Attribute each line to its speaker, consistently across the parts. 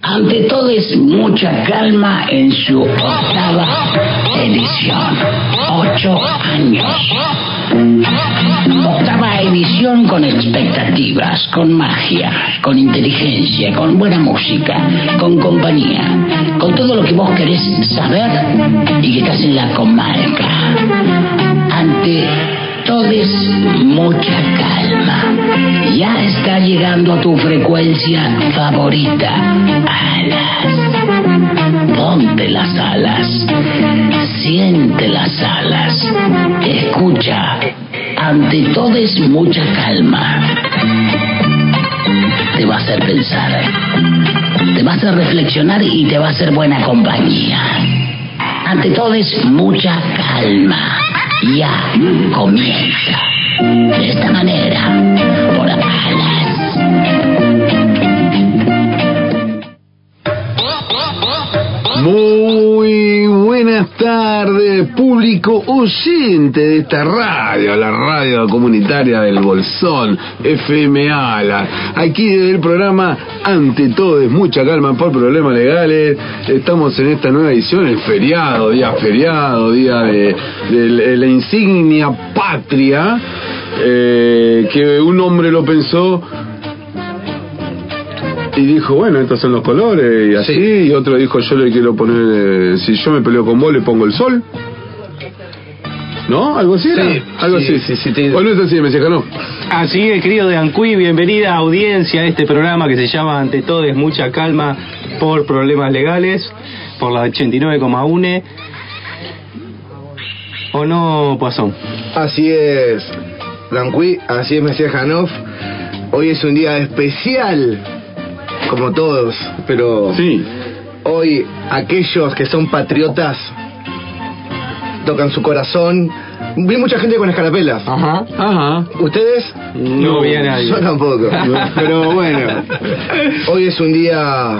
Speaker 1: Ante todo es mucha calma en su octava edición. Ocho años. Octava edición con expectativas, con magia, con inteligencia, con buena música, con compañía, con todo lo que vos querés saber y que estás en la comarca. Ante todes, mucha calma. Ya está llegando a tu frecuencia favorita. Alas. Ponte las alas. Siente las alas. Escucha. Ante todes, mucha calma. Te va a hacer pensar. Te va a hacer reflexionar y te va a hacer buena compañía. Ante todo es mucha calma. Ya comienza. De esta manera, por
Speaker 2: Muy buenas tardes, público oyente de esta radio, la radio comunitaria del Bolsón, FM Ala. Aquí desde el programa Ante todo es mucha calma por problemas legales. Estamos en esta nueva edición, el feriado, día feriado, día de, de la insignia patria, eh, que un hombre lo pensó y dijo, bueno, estos son los colores, y así, y otro dijo, yo le quiero poner, eh, si yo me peleo con vos, le pongo el sol. ¿No? ¿Algo así era?
Speaker 3: Sí,
Speaker 2: Algo
Speaker 3: sí,
Speaker 2: así.
Speaker 3: sí, sí, te-
Speaker 2: O no es así, me decía, no.
Speaker 3: Así es, querido de Ancuy, bienvenida audiencia a este programa que se llama Ante todo es mucha calma por problemas legales, por la 89,1. ¿O no, Poisson?
Speaker 4: Así es, Danqui, así es Mesías Janov. Hoy es un día especial, como todos, pero
Speaker 2: Sí.
Speaker 4: hoy aquellos que son patriotas tocan su corazón. Vi mucha gente con escarapelas.
Speaker 2: Ajá. Ajá.
Speaker 4: ¿Ustedes?
Speaker 3: No, vi a nadie.
Speaker 4: Yo tampoco. Pero bueno, hoy es un día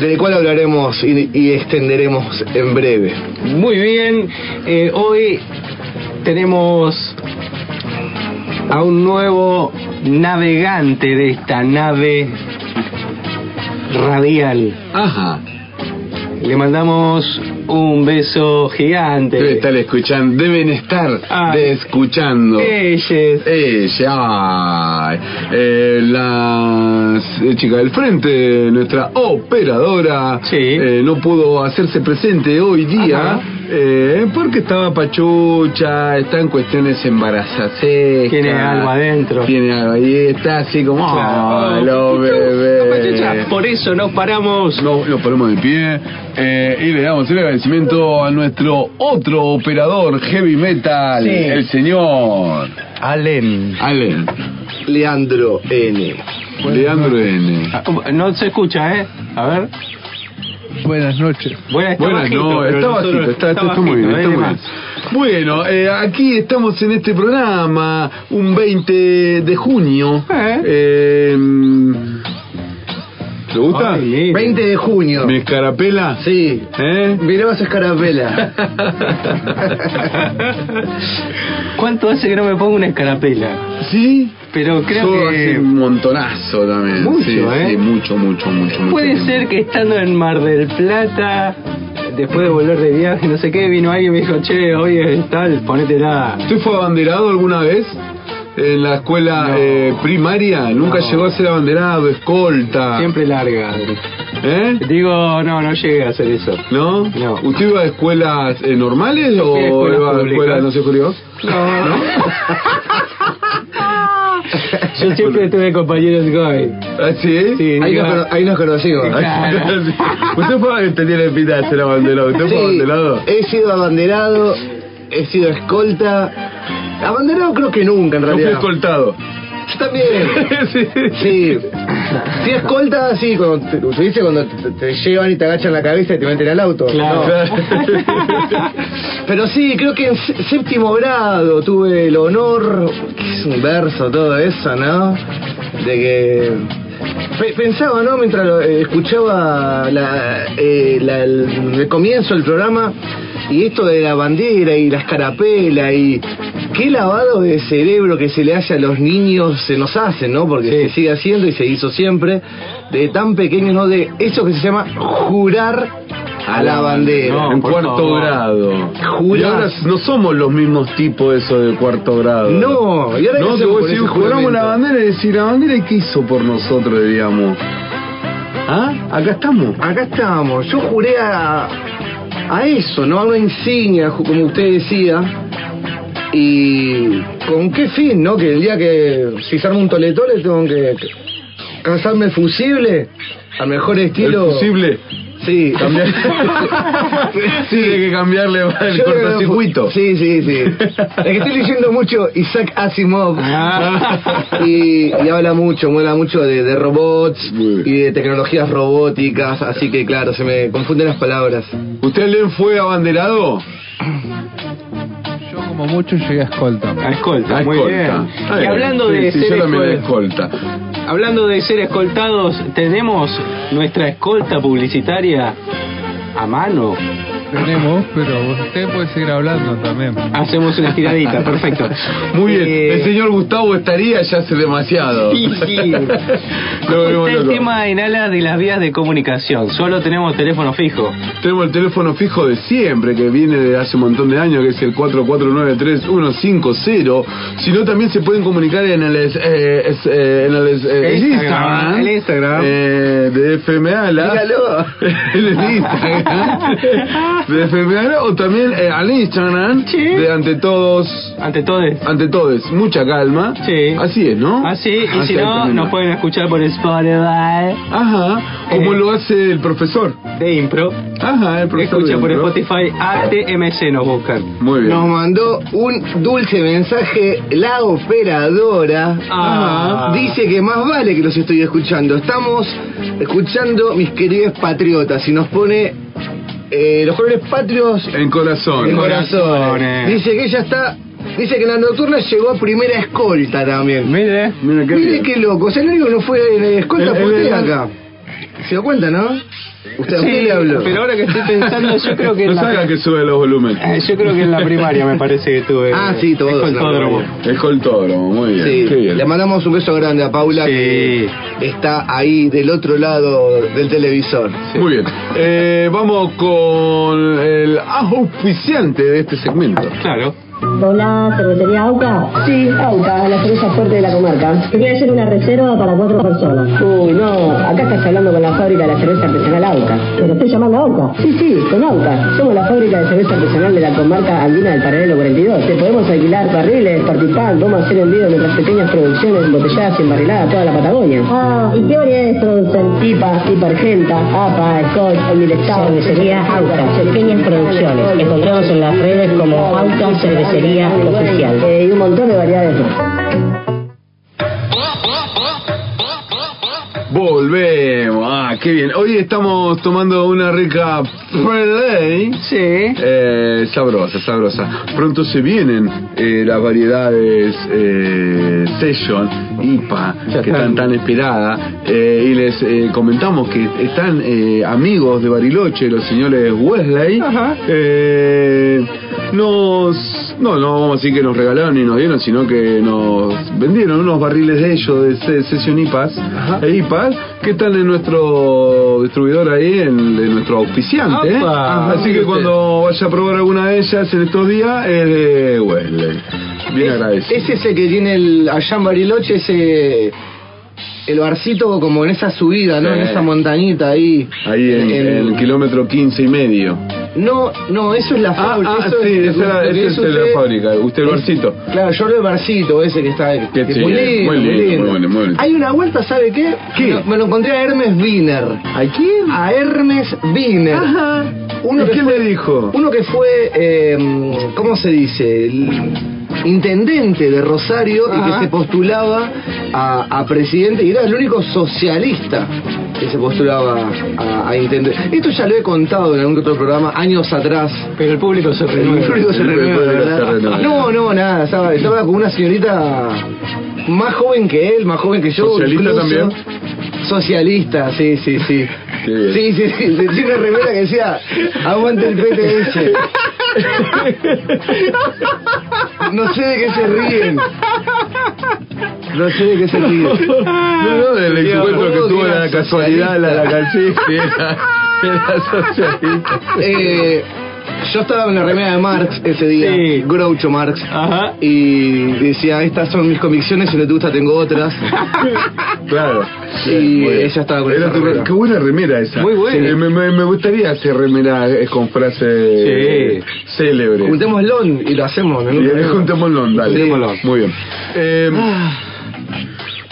Speaker 4: del cual hablaremos y, y extenderemos en breve.
Speaker 3: Muy bien, eh, hoy tenemos a un nuevo navegante de esta nave radial.
Speaker 2: Ajá.
Speaker 3: Le mandamos un beso
Speaker 2: Debe
Speaker 3: gigante.
Speaker 2: estar escuchando, deben estar
Speaker 3: Ah.
Speaker 2: de escuchando.
Speaker 3: Ella.
Speaker 2: Ella, ay. Eh, la eh, chica del frente, nuestra operadora,
Speaker 3: Sí.
Speaker 2: eh, no pudo hacerse presente hoy día
Speaker 3: Ajá.
Speaker 2: eh, porque estaba pachucha, está en cuestiones embarazasecas.
Speaker 3: Tiene algo adentro.
Speaker 2: Tiene algo ahí, está así como, "Ay, lo bebé".
Speaker 3: Por eso nos paramos.
Speaker 2: No, lo ponemos de pie eh, y le damos el agradecimiento a nuestro otro operador heavy metal,
Speaker 3: Sí.
Speaker 2: el señor
Speaker 3: Allen.
Speaker 2: Allen.
Speaker 4: Leandro N.
Speaker 2: Leandro N.
Speaker 3: No se escucha, ¿eh? A ver.
Speaker 5: Buenas noches.
Speaker 3: Bueno, está
Speaker 2: Buenas,
Speaker 3: bajito,
Speaker 2: no,
Speaker 3: pero
Speaker 2: está
Speaker 3: nosotros-
Speaker 2: bajito, está, está- está muy
Speaker 3: bajito,
Speaker 2: bien, está
Speaker 3: ¿eh?
Speaker 2: muy bien.
Speaker 3: Además.
Speaker 2: Bueno, eh, aquí estamos en este programa, un 20 de junio.
Speaker 3: Eh.
Speaker 2: Eh, ¿Te gusta?
Speaker 3: Ay, mira.
Speaker 4: 20 de junio.
Speaker 2: ¿Mi escarapela?
Speaker 4: Sí,
Speaker 2: ¿Eh?
Speaker 4: mirá esa escarapela.
Speaker 3: ¿Cuánto hace que no me pongo una escarapela?
Speaker 2: ¿Sí?
Speaker 3: Pero creo
Speaker 2: Yo eh, hace
Speaker 3: que
Speaker 2: un montonazo también.
Speaker 3: Mucho,
Speaker 2: sí,
Speaker 3: ¿eh?
Speaker 2: sí, mucho, mucho, mucho. mucho
Speaker 3: puede
Speaker 2: tiempo.
Speaker 3: ser que estando en Mar del Plata, después de volver de viaje, no sé qué, vino alguien y me dijo, che, oye, tal, ponétela.
Speaker 2: ¿Usted fue abanderado alguna vez? En la escuela
Speaker 3: No.
Speaker 2: eh, primaria, nunca
Speaker 3: No.
Speaker 2: llegó a ser abanderado, escolta.
Speaker 3: Siempre larga.
Speaker 2: ¿Eh?
Speaker 3: Digo, no, no llegué a hacer eso.
Speaker 2: ¿No?
Speaker 3: No.
Speaker 2: ¿Usted iba a escuelas eh, normales
Speaker 3: Yo
Speaker 2: o
Speaker 3: fui a escuelas
Speaker 2: iba a
Speaker 3: públicas.
Speaker 2: escuelas no sé judíos?
Speaker 3: No. Yo siempre tuve compañeros gay.
Speaker 2: ¿Ah, sí?
Speaker 3: Sí,
Speaker 4: Ahí nos, cono- ahí nos conocimos.
Speaker 3: Claro.
Speaker 2: Sí. ¿Usted fue, tenía la pinta de ser abanderado? ¿Usted
Speaker 4: Sí,
Speaker 2: fue abanderado?
Speaker 4: he sido abanderado, he sido escolta. Abanderado creo que nunca, en
Speaker 2: Yo fui
Speaker 4: realidad.
Speaker 2: escoltado.
Speaker 4: Yo también.
Speaker 2: sí.
Speaker 4: Sí. Si escolta, sí, cuando te, se dice cuando te, te llevan y te agachan la cabeza y te meten al auto.
Speaker 3: Claro.
Speaker 4: No. Pero sí, creo que en sé- séptimo grado tuve el honor, que es un verso todo eso, ¿no? De que... pe- Pensaba, ¿no? Mientras lo- eh, escuchaba la, eh, la- el, el comienzo del programa y esto de la bandera y la escarapela y qué lavado de cerebro que se le hace a los niños se nos hace, ¿no? Porque se sigue haciendo y se hizo siempre,
Speaker 2: Ah.
Speaker 4: de tan pequeños, ¿no? De eso que se llama jurar a la bandera.
Speaker 3: No,
Speaker 2: en
Speaker 3: por
Speaker 2: cuarto
Speaker 3: favor.
Speaker 2: grado.
Speaker 4: Jurás.
Speaker 2: Y ahora no somos los mismos tipos eso de cuarto grado.
Speaker 4: No, y ahora
Speaker 2: No,
Speaker 4: qué
Speaker 2: que
Speaker 4: hacemos
Speaker 2: vos
Speaker 4: con
Speaker 2: decís,
Speaker 4: ese
Speaker 2: juramos
Speaker 4: juramento?
Speaker 2: la bandera y decís, la bandera ¿y qué hizo por nosotros, digamos. ¿Ah? Acá estamos.
Speaker 4: Acá estamos. Yo juré a, a eso, ¿no? A una insignia, ju- como usted decía. Y con qué fin, ¿no? Que el día que si se arma un toletole tengo que cansarme el fusible al mejor estilo.
Speaker 2: El fusible.
Speaker 4: Sí,
Speaker 2: Cambiar. Tiene que cambiarle el
Speaker 4: Yo creo que-
Speaker 2: cortocircuito.
Speaker 4: Sí, sí, sí. Es que estoy leyendo mucho Isaac Asimov.
Speaker 3: Ah.
Speaker 4: Y, y habla mucho, muela mucho de, de robots
Speaker 2: Muy bien.
Speaker 4: y de tecnologías robóticas. Así que, claro, se me confunden las palabras.
Speaker 2: ¿Usted, Len, fue abanderado?
Speaker 5: Yo como mucho llegué a escolta.
Speaker 3: A escolta,
Speaker 2: Ah,
Speaker 3: muy
Speaker 2: escolta.
Speaker 3: bien.
Speaker 2: Ah,
Speaker 3: y hablando
Speaker 2: sí,
Speaker 3: de
Speaker 2: sí,
Speaker 3: ser
Speaker 2: yo también
Speaker 3: escol-
Speaker 2: escolta.
Speaker 3: hablando de ser escoltados, tenemos nuestra escolta publicitaria a mano.
Speaker 5: Tenemos, pero usted puede seguir hablando también.
Speaker 3: Hacemos una tiradita, perfecto.
Speaker 2: Muy bien.
Speaker 3: Eh,
Speaker 2: El señor Gustavo estaría ya hace demasiado.
Speaker 3: Sí, sí.
Speaker 2: Lo
Speaker 3: Está
Speaker 2: volvemos
Speaker 3: el
Speaker 2: loco.
Speaker 3: tema en alas de las vías de comunicación. Solo tenemos teléfono fijo.
Speaker 2: Tenemos el teléfono fijo de siempre, que viene de hace un montón de años, que es el 4493-150. Si no, también se pueden comunicar en el, es- eh, es- eh, en el, es- eh,
Speaker 3: El
Speaker 2: el
Speaker 3: Instagram,
Speaker 2: Instagram.
Speaker 3: el Instagram.
Speaker 2: eh, de FM Alas.
Speaker 4: Dígalo.
Speaker 2: En el Instagram. de FM Alas, o también eh, al Instagram.
Speaker 3: Sí.
Speaker 2: De Ante Todos.
Speaker 3: Ante todo,
Speaker 2: Ante Todos, mucha calma.
Speaker 3: Sí.
Speaker 2: Así es, ¿no?
Speaker 3: así, y si
Speaker 2: hay
Speaker 3: no,
Speaker 2: que
Speaker 3: nos
Speaker 2: terminar.
Speaker 3: pueden escuchar por Spotify
Speaker 2: Ajá, como
Speaker 3: Eh.
Speaker 2: lo hace el profesor.
Speaker 3: de Impro.
Speaker 2: Ajá, el profesor.
Speaker 3: Escucha
Speaker 2: de
Speaker 3: por
Speaker 2: impro.
Speaker 3: Spotify ATMC nos buscan.
Speaker 2: Muy bien.
Speaker 4: Nos mandó un dulce mensaje la operadora.
Speaker 3: Ah.
Speaker 4: Dice que más vale que los estoy escuchando. Estamos escuchando mis queridos patriotas y nos pone eh, los colores patrios
Speaker 2: En corazón.
Speaker 4: El corazón.
Speaker 3: Corazones.
Speaker 4: Dice que ella está. Dice que la nocturna llegó a primera escolta también.
Speaker 3: Mire.
Speaker 2: Mira qué
Speaker 4: Mire
Speaker 2: bien.
Speaker 4: qué loco. O sea, el único que no fue en escolta
Speaker 2: El-
Speaker 4: fue usted
Speaker 2: el-
Speaker 4: acá. ¿Se dio cuenta, no? Usted, a usted
Speaker 3: Sí,
Speaker 4: le habló.
Speaker 3: pero ahora que estoy pensando, yo creo que en
Speaker 2: No
Speaker 3: la-
Speaker 2: salga que sube los volúmenes.
Speaker 3: Eh, Yo creo que en la primaria me parece que tuve.
Speaker 4: Ah, sí, todos en la
Speaker 3: escoltódromo.
Speaker 4: primaria.
Speaker 2: El coltódromo, muy bien.
Speaker 4: Sí,
Speaker 2: qué bien.
Speaker 4: le mandamos un beso grande a Paula
Speaker 3: Sí.
Speaker 4: que está ahí del otro lado del televisor.
Speaker 2: Muy bien. Eh, vamos con el auspiciante de este segmento.
Speaker 3: Claro.
Speaker 6: Hola, cervecería Auca. Sí, Auca, la cerveza fuerte de la comarca. Te voy a hacer una reserva para cuatro personas. Uy, no, acá estás hablando con la fábrica de la cerveza artesanal Auca. ¿Pero estoy llamando a Auca? Sí, sí, con Auca. Somos la fábrica de cerveza artesanal de la comarca andina del Paralelo 42. Te podemos alquilar barriles, participar, vamos a hacer envío de nuestras pequeñas producciones embotelladas y embarriladas a toda la Patagonia. Ah, ¿y qué variedades producen? Pipa, pipa argenta, apa, scotch, omilestado. Cervecería Auca, pequeñas producciones. Encontramos en las redes como Auca Cervecería Oficial. y un montón de variedades más.
Speaker 2: Volvemos. Ah, qué bien. Hoy estamos tomando una rica Friday.
Speaker 3: Sí.
Speaker 2: Eh, sabrosa, sabrosa. Pronto se vienen eh, las variedades eh, Session, IPA,
Speaker 3: Ya
Speaker 2: que
Speaker 3: están.
Speaker 2: están tan esperadas. eh, y les eh, comentamos que están eh, amigos de Bariloche, los señores Wesley.
Speaker 3: Ajá.
Speaker 2: Eh, nos. No, no vamos a decir que nos regalaron y nos dieron, sino que nos vendieron unos barriles de ellos de se- Session IPAs e IPAs que están en nuestro distribuidor ahí, en, en nuestro auspiciante. ¿eh?
Speaker 3: ¡Apa!
Speaker 2: Así que
Speaker 4: Mire
Speaker 2: cuando
Speaker 4: usted.
Speaker 2: o vaya a probar alguna de ellas en estos días es de Wesley. Bien agradecido.
Speaker 4: Es ese que tiene el, allá en Bariloche, ese. El barcito como en esa subida, ¿no?
Speaker 2: Sí.
Speaker 4: En esa montañita ahí.
Speaker 2: Ahí en, en el kilómetro 15 y medio.
Speaker 4: No, no, eso es la
Speaker 2: Ah,
Speaker 4: fábrica.
Speaker 2: ah,
Speaker 4: eso
Speaker 2: sí,
Speaker 4: es,
Speaker 2: esa era-
Speaker 4: lo que
Speaker 2: ese es
Speaker 4: eso
Speaker 2: el de la
Speaker 4: es-
Speaker 2: fábrica, usted el
Speaker 4: es-
Speaker 2: barcito.
Speaker 4: Claro, yo el barcito ese que está ahí.
Speaker 2: Que
Speaker 4: que es
Speaker 2: sí,
Speaker 4: muy
Speaker 2: es
Speaker 4: lindo,
Speaker 2: muy
Speaker 4: muy
Speaker 2: lindo,
Speaker 4: lindo.
Speaker 2: muy bueno, muy bueno.
Speaker 4: Hay una vuelta, ¿sabe qué?
Speaker 2: ¿Qué?
Speaker 4: Me lo- Me lo encontré a Hermes Wiener.
Speaker 2: ¿A quién?
Speaker 4: A Hermes Wiener.
Speaker 2: Ajá.
Speaker 4: Uno
Speaker 2: ¿Y
Speaker 4: que
Speaker 2: qué
Speaker 4: fue-
Speaker 2: le dijo?
Speaker 4: Uno que fue, eh, ¿cómo se dice? El intendente de Rosario y
Speaker 3: Ajá.
Speaker 4: que se postulaba a, a presidente y era el único socialista que se postulaba a, a intendente. Esto ya lo he contado en algún otro programa años atrás.
Speaker 3: Pero el público se
Speaker 4: El
Speaker 3: renueva.
Speaker 4: público se
Speaker 2: El público
Speaker 4: renueva,
Speaker 2: se
Speaker 4: ¿verdad?
Speaker 2: renueva.
Speaker 4: No, no, nada. Estaba, estaba con una señorita más joven que él, más joven que yo.
Speaker 2: ¿Socialista
Speaker 4: incluso.
Speaker 2: también?
Speaker 4: Socialista, sí, sí, sí.
Speaker 2: Qué bien.
Speaker 4: Sí, sí, sí. Se tiene una remera que este". decía, aguante el PTS. No sé de qué se ríen. No sé de qué se ríen.
Speaker 2: No, no, del
Speaker 4: Decía,
Speaker 2: encuentro que
Speaker 4: vos
Speaker 2: tuvo
Speaker 4: que
Speaker 2: la
Speaker 4: eras
Speaker 2: casualidad, la, la cancilla era, era socialista.
Speaker 4: Eh, yo estaba en la remera de Marx ese día,
Speaker 3: Sí.
Speaker 4: Groucho Marx,
Speaker 3: Ajá.
Speaker 4: y decía, estas son mis convicciones, si no te gusta tengo otras.
Speaker 2: Claro.
Speaker 4: Y ella estaba con
Speaker 2: Era
Speaker 4: esa
Speaker 2: tu re-
Speaker 4: remera.
Speaker 2: Qué buena remera esa.
Speaker 3: Muy buena.
Speaker 2: Sí, me, me- me gustaría hacer remera eh, con frase célebre.
Speaker 4: Juntemos LON y lo hacemos. ¿no?
Speaker 2: Y eh, juntémoslo, dale.
Speaker 3: Juntémoslo.
Speaker 2: Muy bien. Eh,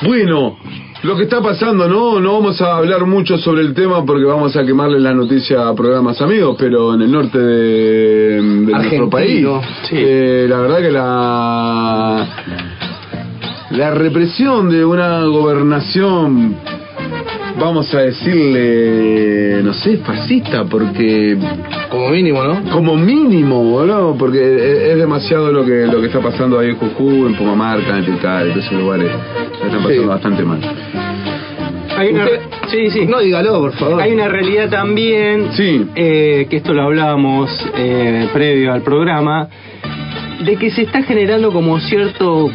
Speaker 2: bueno, lo que está pasando, ¿no? No vamos a hablar mucho sobre el tema porque vamos a quemarle la noticia a programas amigos, pero en el norte de, de nuestro
Speaker 4: Argentino,
Speaker 2: país,
Speaker 3: sí.
Speaker 2: eh, la verdad que la... La represión de una gobernación, vamos a decirle, no sé, fascista, porque
Speaker 4: Como mínimo, ¿no?
Speaker 2: como mínimo, boludo, porque e- es demasiado lo que lo que está pasando ahí en Jujuy, en Pumamarca, en Tilcal, en esos lugares. La están pasando
Speaker 4: Sí.
Speaker 2: bastante mal.
Speaker 3: Hay una,
Speaker 4: Usted-
Speaker 3: sí, sí.
Speaker 4: No, dígalo, por favor.
Speaker 3: Hay una realidad también,
Speaker 2: Sí.
Speaker 3: eh, que esto lo hablábamos eh, previo al programa, de que se está generando como cierto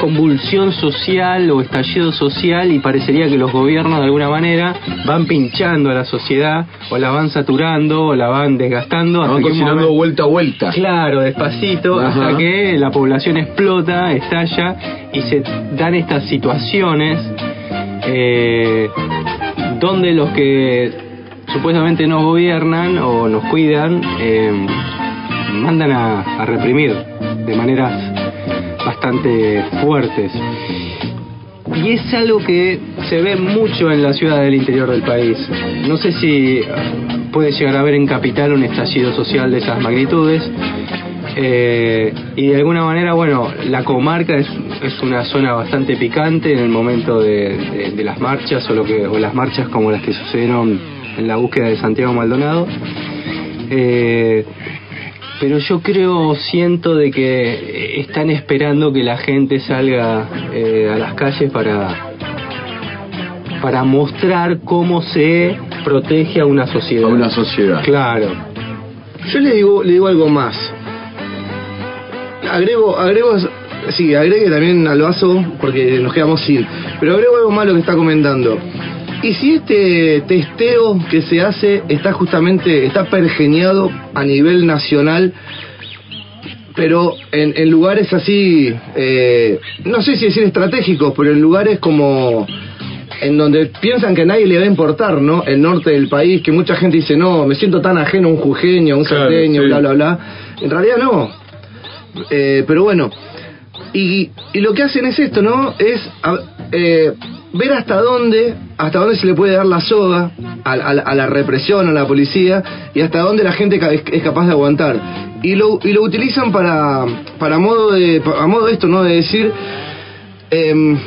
Speaker 3: convulsión social o estallido social y parecería que los gobiernos de alguna manera van pinchando a la sociedad o la van saturando o la van desgastando hasta
Speaker 2: Van
Speaker 3: que un
Speaker 2: cocinando
Speaker 3: momento-
Speaker 2: vuelta a vuelta.
Speaker 3: Claro, despacito,
Speaker 2: Ajá.
Speaker 3: hasta que la población explota, estalla y se dan estas situaciones eh, donde los que supuestamente nos gobiernan o nos cuidan eh, mandan a, a reprimir de maneras bastante fuertes. Y es algo que se ve mucho en la ciudad del interior del país. No sé si puede llegar a haber en Capital un estallido social de esas magnitudes. Eh, y de alguna manera, bueno, la comarca es, es una zona bastante picante en el momento de, de- de las marchas o, lo que, o las marchas como las que sucedieron en la búsqueda de Santiago Maldonado. Eh, pero yo creo, siento de que eh, están esperando que la gente salga eh, a las calles para para mostrar cómo se protege a una
Speaker 2: A
Speaker 3: sociedad.
Speaker 2: una sociedad.
Speaker 3: Claro.
Speaker 4: Yo le digo, le digo algo más. Agrego, agrego, sí, agregue también al vaso porque nos quedamos sin. Pero agrego algo más lo que está comentando. ¿Y si este testeo que se hace está justamente, está pergeniado a nivel nacional, pero en, en lugares así, eh, no sé si decir estratégicos, pero en lugares como en donde piensan que a nadie le va a importar, ¿no? El norte del país, que mucha gente dice, no, me siento tan ajeno a un jujeño, a un
Speaker 2: Claro,
Speaker 4: salteño,
Speaker 2: sí.
Speaker 4: bla, bla, bla. En realidad no. Eh, pero bueno, y, y lo que hacen es esto, ¿no? Es a- eh, ver hasta dónde, hasta dónde se le puede dar la soga a, a la- a la represión, a la policía, y hasta dónde la gente ca- es, es capaz de aguantar. Y lo, y lo utilizan para, para modo de, a modo de esto, ¿no? De decir, em,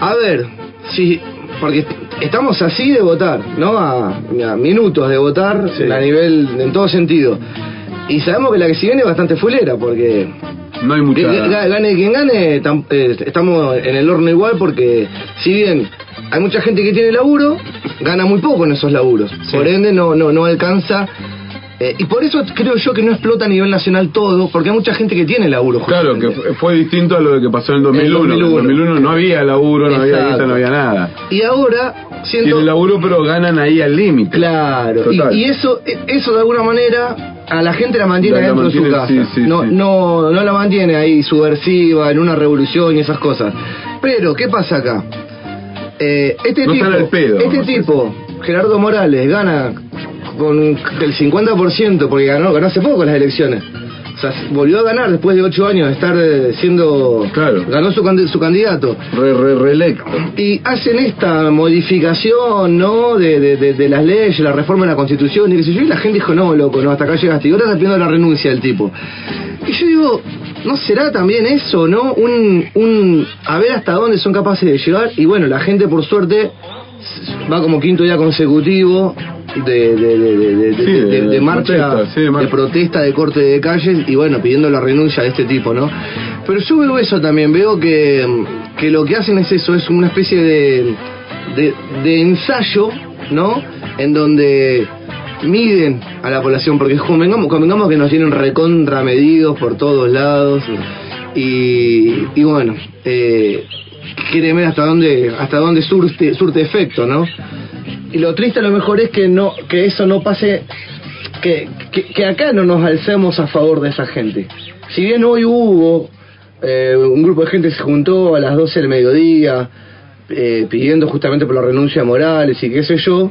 Speaker 4: a ver, si, porque estamos así de votar, ¿no? A, a minutos de votar a nivel, en todo sentido. Y sabemos que la que si viene es bastante fulera, porque
Speaker 2: No hay mucha.
Speaker 4: Ga- ga- Gane quien gane, tam- eh, estamos en el horno igual porque si bien hay mucha gente que tiene laburo, gana muy poco en esos laburos. Por ende no, no, no alcanza. eh, y por eso creo yo que no explota a nivel nacional todo, porque hay mucha gente que tiene laburo.
Speaker 2: Claro, que
Speaker 4: justamente.
Speaker 2: fue- fue distinto a lo que pasó en el 2001. En el
Speaker 4: 2001.
Speaker 2: 2001 no había laburo, no había
Speaker 4: Exacto.
Speaker 2: guita, no había nada.
Speaker 4: Y ahora siento...
Speaker 2: Tienen laburo, pero ganan ahí al límite.
Speaker 4: Claro, y,
Speaker 2: Total.
Speaker 4: y eso e- eso de alguna manera a la gente la mantiene
Speaker 2: La- la
Speaker 4: dentro de su casa.
Speaker 2: mantiene, sí, sí,
Speaker 4: no,
Speaker 2: sí.
Speaker 4: no no la mantiene ahí subversiva en una revolución y esas cosas. Pero qué pasa acá? Eh, este
Speaker 2: No
Speaker 4: tipo,
Speaker 2: están al pedo,
Speaker 4: este
Speaker 2: vamos a
Speaker 4: tipo, Gerardo Morales gana con el 50% porque ganó ganó hace poco las elecciones. O sea, volvió a ganar después de ocho años de estar eh, siendo
Speaker 2: Claro.
Speaker 4: ganó su candi- su candidato
Speaker 2: Re, re, reelecto.
Speaker 4: y hacen esta modificación, ¿no? De, de- de- de las leyes, la reforma de la constitución, y qué sé yo, y la gente dijo, no, loco, no, hasta acá llegaste. Y ahora está pidiendo la renuncia del tipo. Y yo digo, ¿no será también eso, no? Un, un, a ver hasta dónde son capaces de llegar, y bueno, la gente, por suerte, va como quinto día consecutivo de, de, de- de- de-
Speaker 2: Sí,
Speaker 4: de-
Speaker 2: de-
Speaker 4: de- de
Speaker 2: de
Speaker 4: marcha,
Speaker 2: protesta, sí, de marcha.
Speaker 4: de protesta, de corte de calles y bueno, pidiendo la renuncia de este tipo, ¿no? Pero yo veo eso también, veo que, mm, que lo que hacen es eso, es una especie de, de, de ensayo, ¿no? En donde miden a la población, porque convengamos, convengamos que nos tienen recontramedidos por todos lados. Y, y bueno, eh, quieren ver hasta dónde, hasta dónde surte, surte efecto, ¿no? Y lo triste a lo mejor es que no, que eso no pase, que, que, que acá no nos alcemos a favor de esa gente. Si bien hoy hubo eh, un grupo de gente se juntó a las 12 del mediodía eh, pidiendo justamente por la renuncia a Morales y qué sé yo.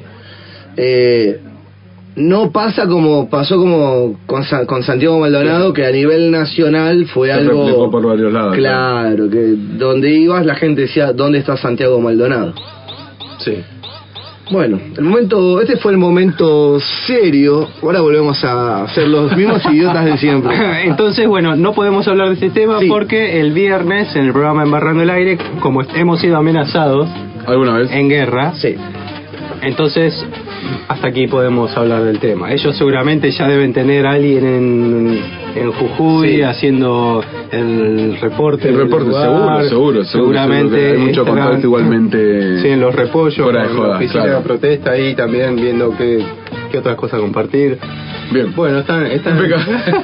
Speaker 4: eh, no pasa como pasó como con, Sa- con Santiago Maldonado, que a nivel nacional fue
Speaker 2: Se
Speaker 4: algo.
Speaker 2: reflejó por varios lados,
Speaker 4: Claro, que donde ibas la gente decía, ¿dónde está Santiago Maldonado?
Speaker 2: Sí.
Speaker 4: Bueno, el momento, este fue el momento serio. Ahora volvemos a ser los mismos idiotas de siempre.
Speaker 3: Entonces, bueno, no podemos hablar de este tema
Speaker 4: Sí.
Speaker 3: porque el viernes en el programa Embarrando el Aire, como hemos sido amenazados
Speaker 2: ¿Alguna vez?
Speaker 3: en guerra,
Speaker 4: Sí.
Speaker 3: entonces hasta aquí podemos hablar del tema. Ellos seguramente ya deben tener a alguien en, en Jujuy haciendo el reporte.
Speaker 2: El
Speaker 3: del
Speaker 2: reporte,
Speaker 3: este lugar.
Speaker 2: seguro, seguro, seguro,
Speaker 3: Seguramente.
Speaker 2: seguro que hay mucho
Speaker 3: estarán-
Speaker 2: contacto igualmente
Speaker 3: Sí, en los repollos.
Speaker 2: fuera de
Speaker 3: con
Speaker 2: joda,
Speaker 3: la oficina
Speaker 2: claro.
Speaker 3: de protesta ahí también viendo qué, qué otras cosas compartir.
Speaker 2: Bien.
Speaker 3: Bueno, están. están...
Speaker 2: Impecable.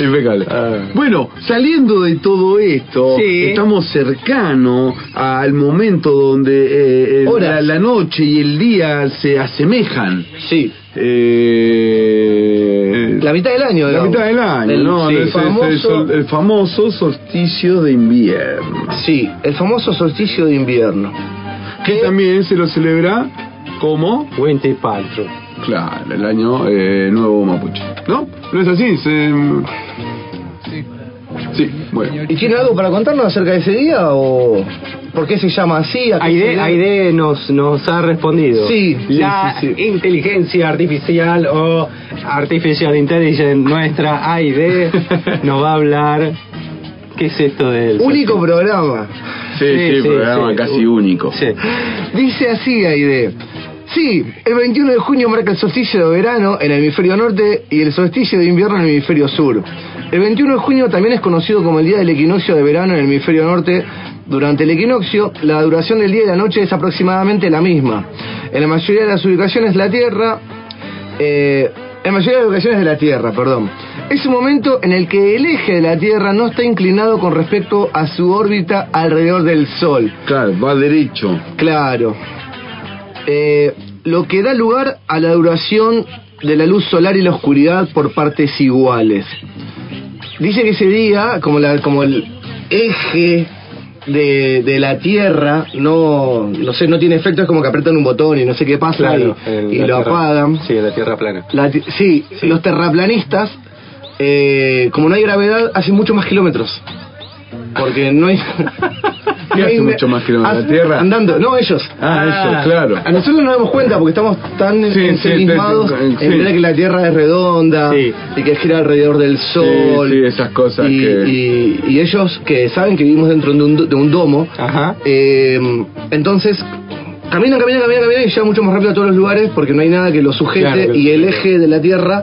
Speaker 2: Impecable.
Speaker 3: Ah.
Speaker 2: Bueno, saliendo de todo esto,
Speaker 3: Sí.
Speaker 2: estamos cercano al momento donde eh, eh,
Speaker 4: Horas.
Speaker 2: la, la noche y el día se asemejan.
Speaker 4: Sí.
Speaker 2: Eh,
Speaker 4: La mitad del año,
Speaker 2: la
Speaker 4: digamos.
Speaker 2: mitad del año,
Speaker 4: El,
Speaker 2: ¿no?
Speaker 4: sí,
Speaker 2: Es- es- es
Speaker 4: famoso,
Speaker 2: el, sol- el famoso solsticio de invierno,
Speaker 4: sí, el famoso solsticio de invierno.
Speaker 2: que también se lo celebra como,
Speaker 3: Winter Paltrow.
Speaker 2: claro, el año eh, nuevo mapuche, ¿no? ¿No es así? Se- Sí, bueno.
Speaker 4: ¿Y tiene algo para contarnos acerca de ese día o por qué se llama así? ¿A qué se
Speaker 3: Aide,
Speaker 4: debe?
Speaker 3: Aide nos, nos ha respondido.
Speaker 4: Sí, sí,
Speaker 3: La
Speaker 4: sí, sí.
Speaker 3: inteligencia artificial o artificial intelligence, nuestra Aide, nos va a hablar. ¿Qué es esto del.
Speaker 4: Único programa.
Speaker 2: Sí, sí,
Speaker 3: Sí, sí,
Speaker 2: programa
Speaker 3: sí.
Speaker 2: casi único.
Speaker 3: Sí.
Speaker 4: Dice así Aide. Sí, el 21 de junio marca el solsticio de verano en el hemisferio norte y el solsticio de invierno en el hemisferio sur. El 21 de junio también es conocido como el día del equinoccio de verano en el hemisferio norte. Durante el equinoccio, la duración del día y la noche es aproximadamente la misma. En la mayoría de las ubicaciones la Tierra Eh, en la mayoría de las ocasiones de la Tierra, perdón. Es un momento en el que el eje de la Tierra no está inclinado con respecto a su órbita alrededor del Sol.
Speaker 2: Claro, va derecho.
Speaker 4: Claro. Eh, lo que da lugar a la duración de la luz solar y la oscuridad por partes iguales. Dice que ese día, como, la, como el eje de, de la Tierra, no, no sé, no tiene efecto, es como que apretan un botón y no sé qué pasa
Speaker 3: Claro,
Speaker 4: y,
Speaker 3: en
Speaker 4: y
Speaker 3: la
Speaker 4: lo
Speaker 3: tierra-
Speaker 4: apagan.
Speaker 3: Sí, en la tierra plana.
Speaker 4: La ti- sí, los terraplanistas, eh, como no hay gravedad, hacen mucho más kilómetros. Porque no hay.
Speaker 2: ¿Qué hace mucho más kilómetros? ¿La
Speaker 4: Hace-
Speaker 2: Tierra?
Speaker 4: Andando, no ellos.
Speaker 2: Ah, eso, claro.
Speaker 4: A nosotros no nos damos cuenta porque estamos tan
Speaker 2: Sí, sí,
Speaker 4: ensimismados
Speaker 2: te- te-
Speaker 4: en
Speaker 2: sí.
Speaker 4: ver que la Tierra es redonda
Speaker 3: Sí.
Speaker 4: y que gira alrededor del Sol.
Speaker 2: sí, esas cosas
Speaker 4: y,
Speaker 2: que-
Speaker 4: y- y ellos que saben que vivimos dentro de un, do- de un domo,
Speaker 3: Ajá.
Speaker 4: eh, entonces, caminan, caminan, caminan, caminan y llegan mucho más rápido a todos los lugares porque no hay nada que los sujete
Speaker 3: Claro que los
Speaker 4: y el
Speaker 3: sujete.
Speaker 4: eje de la Tierra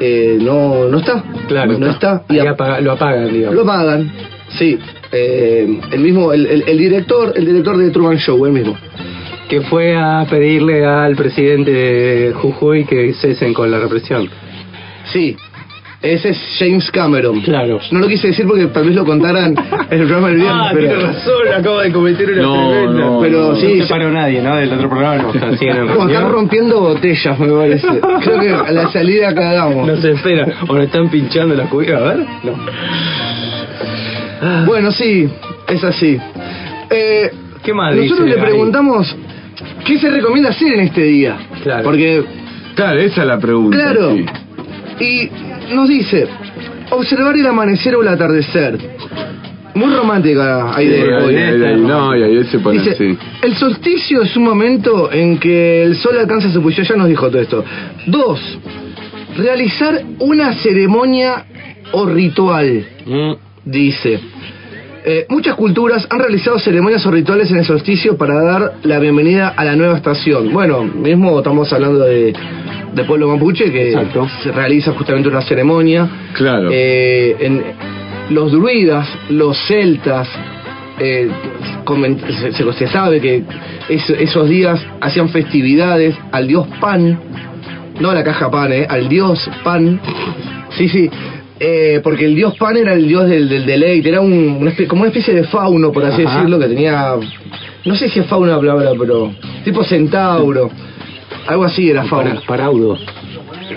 Speaker 4: eh, no, no está.
Speaker 3: Claro,
Speaker 4: no está.
Speaker 3: Ahí
Speaker 4: Y a-
Speaker 3: apaga- lo apagan, digamos.
Speaker 4: lo pagan. Sí. eh, el mismo, el, el- el director, el director de Truman Show, el mismo.
Speaker 3: que fue a pedirle al presidente de Jujuy que cesen con la represión.
Speaker 4: Sí. Ese es James Cameron.
Speaker 3: Claro.
Speaker 4: No lo quise decir porque tal vez lo contaran en el programa del viernes. pero...
Speaker 3: Ah, razón, acaba de cometer
Speaker 2: una No, tremenda.
Speaker 4: Pero
Speaker 2: no,
Speaker 3: Pero
Speaker 4: no. sí,
Speaker 3: sí, no
Speaker 4: ya-
Speaker 3: se paró nadie, ¿no? Del otro programa nos están siguen en
Speaker 4: Como están
Speaker 3: reunión.
Speaker 4: rompiendo botellas, me parece. Creo que a la salida cagamos.
Speaker 3: No se espera, o nos están pinchando la cubierta, a ver. No.
Speaker 4: Bueno, sí, es así. Eh,
Speaker 3: ¿Qué más
Speaker 4: nosotros
Speaker 3: Ah, dice
Speaker 4: le
Speaker 3: ahí?
Speaker 4: preguntamos qué se recomienda hacer en este día.
Speaker 3: Claro.
Speaker 4: Porque,
Speaker 2: Claro, esa es la pregunta.
Speaker 4: claro,
Speaker 2: sí.
Speaker 4: y nos dice, observar el amanecer o el atardecer. Muy romántica ahí
Speaker 2: Sí,
Speaker 4: de ¿eh?
Speaker 2: ahí,
Speaker 4: hoy.
Speaker 2: ahí, ahí, no, y ahí se pone
Speaker 4: Dice,
Speaker 2: así.
Speaker 4: el solsticio es un momento en que el sol alcanza su puyo, ya nos dijo todo esto. Dos, realizar una ceremonia o ritual.
Speaker 3: Mm,
Speaker 4: Dice, eh, muchas culturas han realizado ceremonias o rituales en el solsticio para dar la bienvenida a la nueva estación. Bueno, mismo estamos hablando de, de pueblo mapuche que
Speaker 3: Exacto.
Speaker 4: se realiza justamente una ceremonia.
Speaker 2: Claro.
Speaker 4: Eh, en, los druidas, los celtas, eh, comen- se, se- se sabe que es- esos días hacían festividades al dios Pan, no a la caja Pan, eh, al dios Pan. Sí, sí. eh, porque el dios Pan era el dios del, del deleite, era un, una especie- como una especie de fauno, por así
Speaker 3: Ajá.
Speaker 4: decirlo, que tenía. No sé si es fauna la palabra, pero. Tipo centauro. Algo así era fauna.
Speaker 3: Para, paraudo.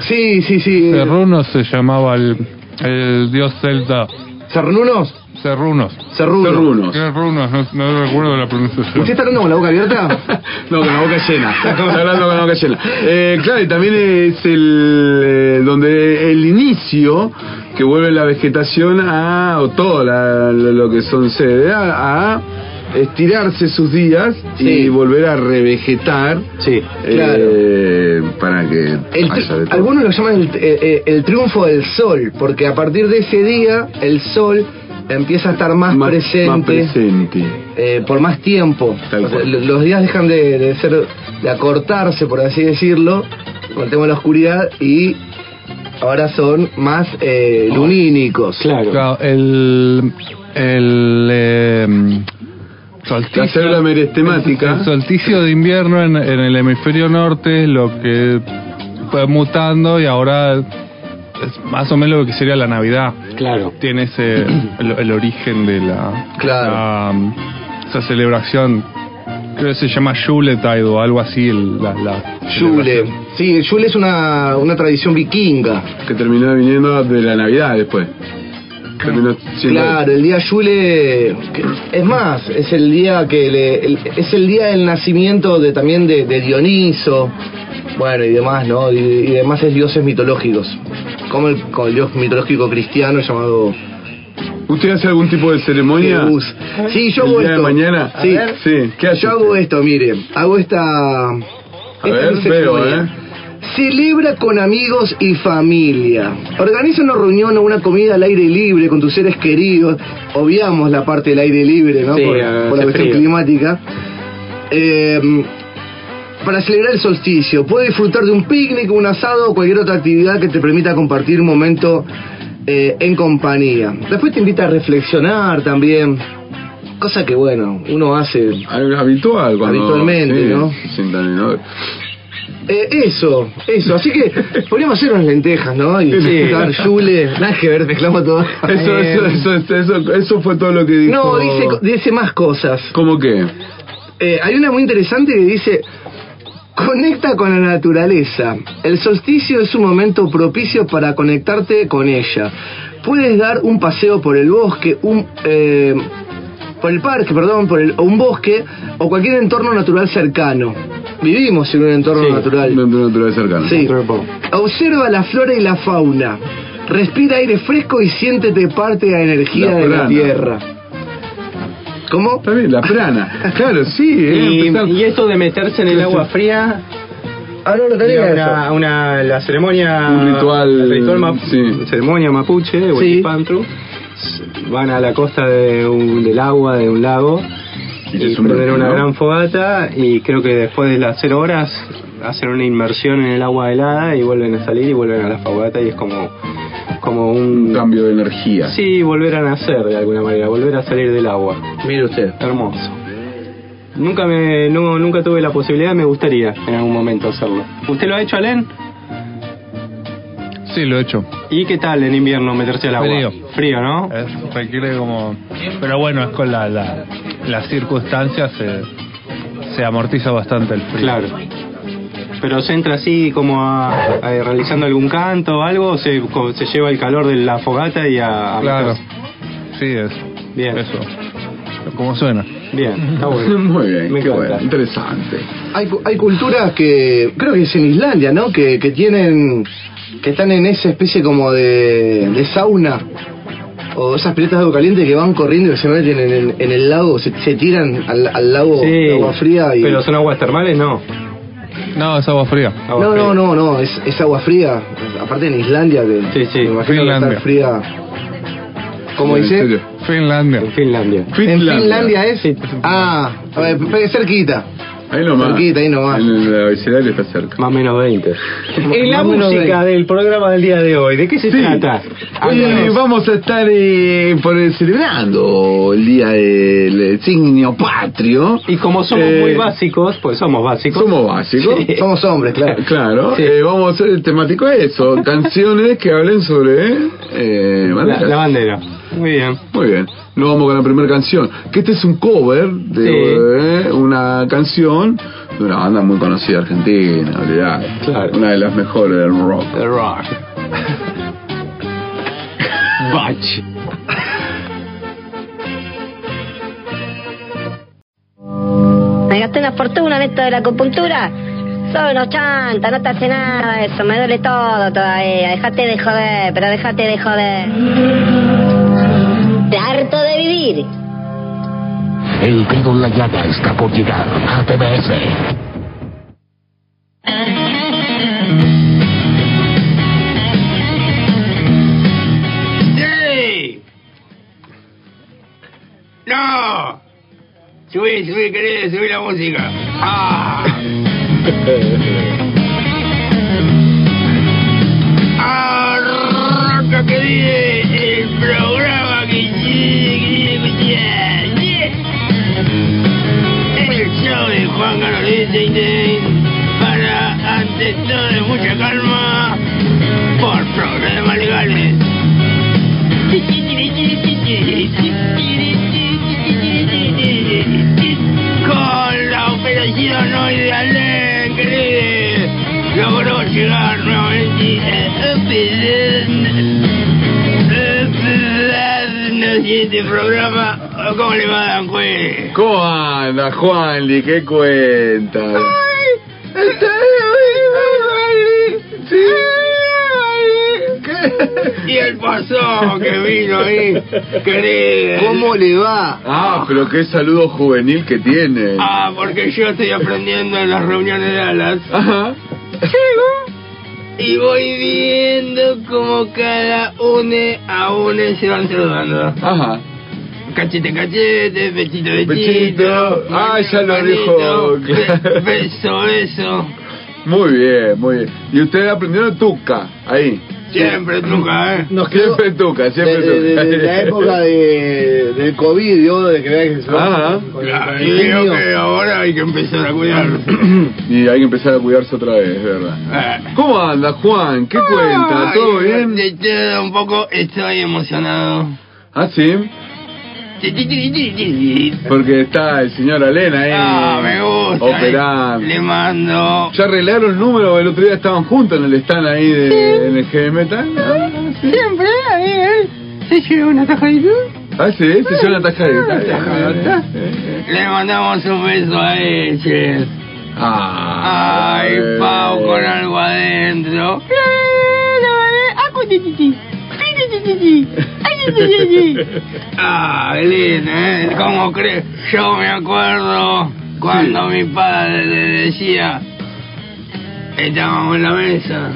Speaker 4: Sí, sí, sí.
Speaker 5: Cerrunos se llamaba el, el dios celta.
Speaker 4: ¿Cernunos?
Speaker 5: Cerrunos.
Speaker 4: Cerruno.
Speaker 2: Cerrunos.
Speaker 5: Cerrunos, no, no recuerdo la pronunciación.
Speaker 4: ¿Usted está hablando con la boca abierta?
Speaker 2: No, con la boca llena. Estamos hablando con la boca llena. Eh, claro, y también es el eh, donde el inicio que vuelve la vegetación a, o todo la- lo que son sede, a, a estirarse sus días y
Speaker 4: Sí.
Speaker 2: volver a revegetar
Speaker 3: Sí.
Speaker 2: eh, para que
Speaker 4: El tri-
Speaker 2: haya de todo.
Speaker 4: algunos lo llaman el, eh, eh, el triunfo del sol, porque a partir de ese día el sol empieza a estar más,
Speaker 2: Más-
Speaker 4: presente,
Speaker 2: Más presente.
Speaker 4: eh, por más tiempo.
Speaker 2: Tal
Speaker 4: O sea,
Speaker 2: cual.
Speaker 4: lo- los días dejan de, de ser de acortarse, por así decirlo, con el tema de la oscuridad y ahora son más eh, lunínicos.
Speaker 3: Claro.
Speaker 5: Claro, el. El. eh, solsticio.
Speaker 2: La célula merestemática.
Speaker 5: El solsticio de invierno en, en el hemisferio norte es lo que fue mutando y ahora es más o menos lo que sería la Navidad.
Speaker 3: Claro.
Speaker 5: Tiene ese. el, el origen de la.
Speaker 4: Claro.
Speaker 5: la, esa celebración. Creo que se llama Yuletide o algo así. el- la, la
Speaker 4: Yule. Sí, Yule es una, una tradición vikinga.
Speaker 2: Que terminó viniendo de la Navidad después. Terminó siendo-
Speaker 4: Claro, el día Yule que- es más, es el día que le- el- es el día del nacimiento de también de, de Dioniso, bueno y demás, ¿no? Y, y demás es dioses mitológicos, como el, como el dios mitológico cristiano llamado
Speaker 2: ¿Usted hace algún tipo de ceremonia?
Speaker 4: Zeus. Sí, yo
Speaker 2: ¿El
Speaker 4: hago
Speaker 2: día de
Speaker 4: esto.
Speaker 2: mañana?
Speaker 4: Sí,
Speaker 2: A ver. Sí, ¿qué hace
Speaker 4: Yo hago
Speaker 2: usted?
Speaker 4: esto, mire, hago esta.
Speaker 2: A ver,
Speaker 4: es mi
Speaker 2: veo,
Speaker 4: ceremonia.
Speaker 2: ¿eh?
Speaker 4: Celebra con amigos y familia. Organiza una reunión o una comida al aire libre con tus seres queridos. Obviamos la parte del aire libre, ¿no?
Speaker 3: Sí,
Speaker 4: por,
Speaker 3: hace
Speaker 4: por la cuestión
Speaker 3: frío.
Speaker 4: climática. Eh, para celebrar el solsticio, puedes disfrutar de un picnic, un asado o cualquier otra actividad que te permita compartir un momento eh, en compañía. Después te invita a reflexionar también. Cosa que, bueno, uno hace
Speaker 2: Algo Ah, habitual cuando,
Speaker 4: Habitualmente,
Speaker 2: sí,
Speaker 4: ¿no?
Speaker 2: se sientan en- ¿no?
Speaker 4: Eh, eso, eso. Así que podríamos hacer unas lentejas, ¿no? Y
Speaker 2: Sí.
Speaker 4: disfrutar Yule. Nada que ver, mezclamos todo.
Speaker 2: Eso,
Speaker 4: Eh,
Speaker 2: eso, eso, eso, eso- eso fue todo lo que dijo.
Speaker 4: No, dice, dice más cosas.
Speaker 2: ¿Cómo qué?
Speaker 4: Eh, hay una muy interesante que dice, conecta con la naturaleza. El solsticio es un momento propicio para conectarte con ella. Puedes dar un paseo por el bosque, un... eh, por el parque, perdón, por el, o un bosque o cualquier entorno natural cercano. Vivimos en un entorno
Speaker 3: Sí.
Speaker 4: natural.
Speaker 2: No te lo cercano.
Speaker 4: Sí. Observa la flora y la fauna. Respira aire fresco y siéntete parte de la energía
Speaker 2: La
Speaker 4: de la
Speaker 2: prana.
Speaker 4: tierra. ¿Cómo?
Speaker 2: Está bien, la plana. Claro, sí. eh,
Speaker 3: Y,
Speaker 2: empezar-
Speaker 3: y esto de meterse en el agua fría,
Speaker 4: Ah, no, no tenía
Speaker 3: era
Speaker 4: eso.
Speaker 3: una, una- la ceremonia,
Speaker 2: Un ritual,
Speaker 3: el ritual ma-
Speaker 2: sí.
Speaker 3: ceremonia mapuche, o
Speaker 4: Sí.
Speaker 3: Pantru, van a la costa de un, del agua, de un lago,
Speaker 2: Y
Speaker 3: y,
Speaker 2: se sumergen,
Speaker 3: prenden una
Speaker 2: ¿no?
Speaker 3: gran fogata y creo que después de las cero horas hacen una inmersión en el agua helada y vuelven a salir y vuelven a la fogata y es como, como
Speaker 2: Un
Speaker 3: un...
Speaker 2: cambio de energía.
Speaker 3: Sí, volver a nacer de alguna manera, volver a salir del agua.
Speaker 4: Mire usted.
Speaker 3: Hermoso. Nunca me, no, nunca tuve la posibilidad, me gustaría en algún momento hacerlo. ¿Usted lo ha hecho, Alen?
Speaker 5: Sí, lo he hecho.
Speaker 3: ¿Y qué tal en invierno meterse al agua?
Speaker 5: Frío.
Speaker 3: Frío, ¿no?
Speaker 5: Es- requiere como pero bueno es con la, la las circunstancias se, se amortiza bastante el frío
Speaker 3: Claro. Pero se entra así como a, a- realizando algún canto o algo, o se, co- se lleva el calor de la fogata y a... a
Speaker 5: claro
Speaker 3: meterse?
Speaker 5: sí es
Speaker 3: Bien.
Speaker 5: eso como suena
Speaker 3: Bien, está bueno.
Speaker 2: Muy bien,
Speaker 3: Me
Speaker 2: qué
Speaker 3: encanta.
Speaker 2: bueno, interesante.
Speaker 4: Hay, cu- hay culturas que, creo que es en Islandia, ¿no? Que, que tienen, que están en esa especie como de, de sauna. O esas piletas de agua caliente que van corriendo y se meten en, el- en el lago, se, se tiran al, al lago de agua fría y...
Speaker 3: pero son aguas termales, no.
Speaker 5: no es agua fría
Speaker 3: Agua
Speaker 4: No,
Speaker 3: fría.
Speaker 4: no, no, no, es, es agua fría. Aparte en Islandia, que
Speaker 3: Sí, sí,
Speaker 4: me imagino que está
Speaker 5: Finlandia.
Speaker 4: fría. ¿Cómo
Speaker 2: En
Speaker 4: dice?
Speaker 2: serio.
Speaker 5: Finlandia
Speaker 3: En Finlandia.
Speaker 4: En Finlandia es. Ah, a ver, pe- cerquita.
Speaker 5: en
Speaker 2: Ahí nomás.
Speaker 3: Cerquita, ahí nomás.
Speaker 2: En el abecedario está cerca.
Speaker 1: Más o menos 20.
Speaker 3: En la música
Speaker 1: del programa del día de hoy, ¿de qué se trata?
Speaker 2: Oye, vamos a estar eh, por el- celebrando el día del eh, signo patrio.
Speaker 1: Y como somos
Speaker 2: Eh,
Speaker 1: muy básicos, pues somos básicos.
Speaker 2: Somos básicos.
Speaker 1: Sí.
Speaker 3: Somos hombres, claro.
Speaker 2: Claro,
Speaker 1: Sí.
Speaker 2: eh, vamos a hacer el temático a eso, canciones que hablen sobre eh,
Speaker 1: La,
Speaker 2: banderas.
Speaker 1: la bandera. Muy bien.
Speaker 2: Muy bien, nos vamos con la primera canción, que este es un cover de eh, una canción de una banda muy conocida argentina, olvidá.
Speaker 1: Claro.
Speaker 2: una de las mejores del rock.
Speaker 1: The Rock. Bach.
Speaker 5: Me gasté una fortuna en esto de la acupuntura. Soy unos chanta, no te hace nada eso, me duele todo todavía. Dejate de joder, pero dejate de joder. Te harto de vivir.
Speaker 7: El dedo en la llaga está por llegar a TBS.
Speaker 1: ¡Ey! ¡No! Subí, subí, querido, subí la música. ¡Ah! ¡Arranca, querido, el programa que quiere escuchar! ¡Yeah! El show de Juan Carlos Luis Einstein para, ante todo, mucha calma por problemas legales. Con la operación hoy de alegre logró llegar nuevamente a Open siguiente programa. ¿Cómo le va, Dan Cue?
Speaker 2: ¿Cómo anda, Juanli? ¿Qué cuentas?
Speaker 1: Y el pasó que vino ahí, querido.
Speaker 3: ¿Cómo le va?
Speaker 2: Ah, pero qué saludo juvenil que tiene.
Speaker 1: Ah, porque yo estoy aprendiendo en las reuniones de Alas.
Speaker 2: Ajá.
Speaker 1: Y voy viendo como cada une a une se van saludando.
Speaker 2: Ajá.
Speaker 1: Cachete, cachete, besito, besito.
Speaker 2: Besito. Ah, ya lo
Speaker 1: manito,
Speaker 2: dijo.
Speaker 1: be- Beso, beso.
Speaker 2: Muy bien, muy bien. Y ustedes aprendieron tuca, ahí.
Speaker 1: Siempre nunca, ¿eh?
Speaker 3: Nos quedó
Speaker 2: Siempre tuca,
Speaker 3: de,
Speaker 2: siempre
Speaker 3: de- de-
Speaker 2: tuca.
Speaker 3: de la época de, eh, del COVID, yo, de que vean que se
Speaker 2: Ajá.
Speaker 3: con el- con
Speaker 4: Ah.
Speaker 1: Y
Speaker 3: el
Speaker 1: creo
Speaker 3: niño.
Speaker 1: que ahora hay que empezar a cuidar.
Speaker 2: Y hay que empezar a cuidarse otra vez, de verdad. ¿Cómo anda, Juan? ¿Qué cuenta? ¿Todo bien?
Speaker 1: De todo un poco estoy emocionado.
Speaker 2: Ah, sí. Porque está el señor Alena ahí.
Speaker 1: Ah, me gusta.
Speaker 2: Operando.
Speaker 1: Le mando
Speaker 2: Ya arreglaron el número, el otro día estaban juntos en el stand ahí de, en el heavy metal. Ah, sí.
Speaker 1: Siempre, a ver, ¿se lleva una tajadita?
Speaker 2: Ah, sí, se hizo una tajadita. Ah,
Speaker 1: tajadita. Ah, Le mandamos un beso a ella.
Speaker 2: Ah,
Speaker 1: Ay,
Speaker 2: eh.
Speaker 1: Pau, con algo adentro. Ah, lindo, ¿eh? ¿Cómo crees? Yo me acuerdo cuando mi padre le decía, estábamos en la mesa.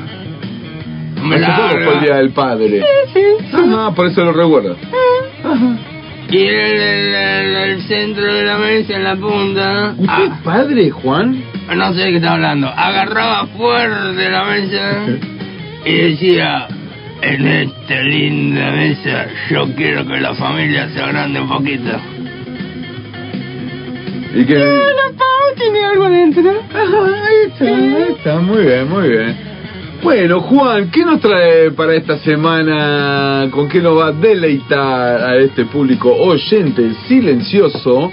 Speaker 1: Me
Speaker 2: Hace poco fue el día del padre. Ajá, por eso lo recuerdo.
Speaker 1: Ah. Y en el, el- el- el centro de la mesa, en la punta, ah,
Speaker 2: padre, Juan?
Speaker 1: no sé de qué está hablando, agarraba fuerte la mesa y decía, en esta linda mesa yo quiero que la familia se agrande un poquito.
Speaker 2: ¿Y qué? tiene algo adentro. Ahí está, ahí está, muy bien, muy bien. Bueno, Juan, ¿qué nos trae para esta semana? ¿Con qué nos va a deleitar a este público oyente silencioso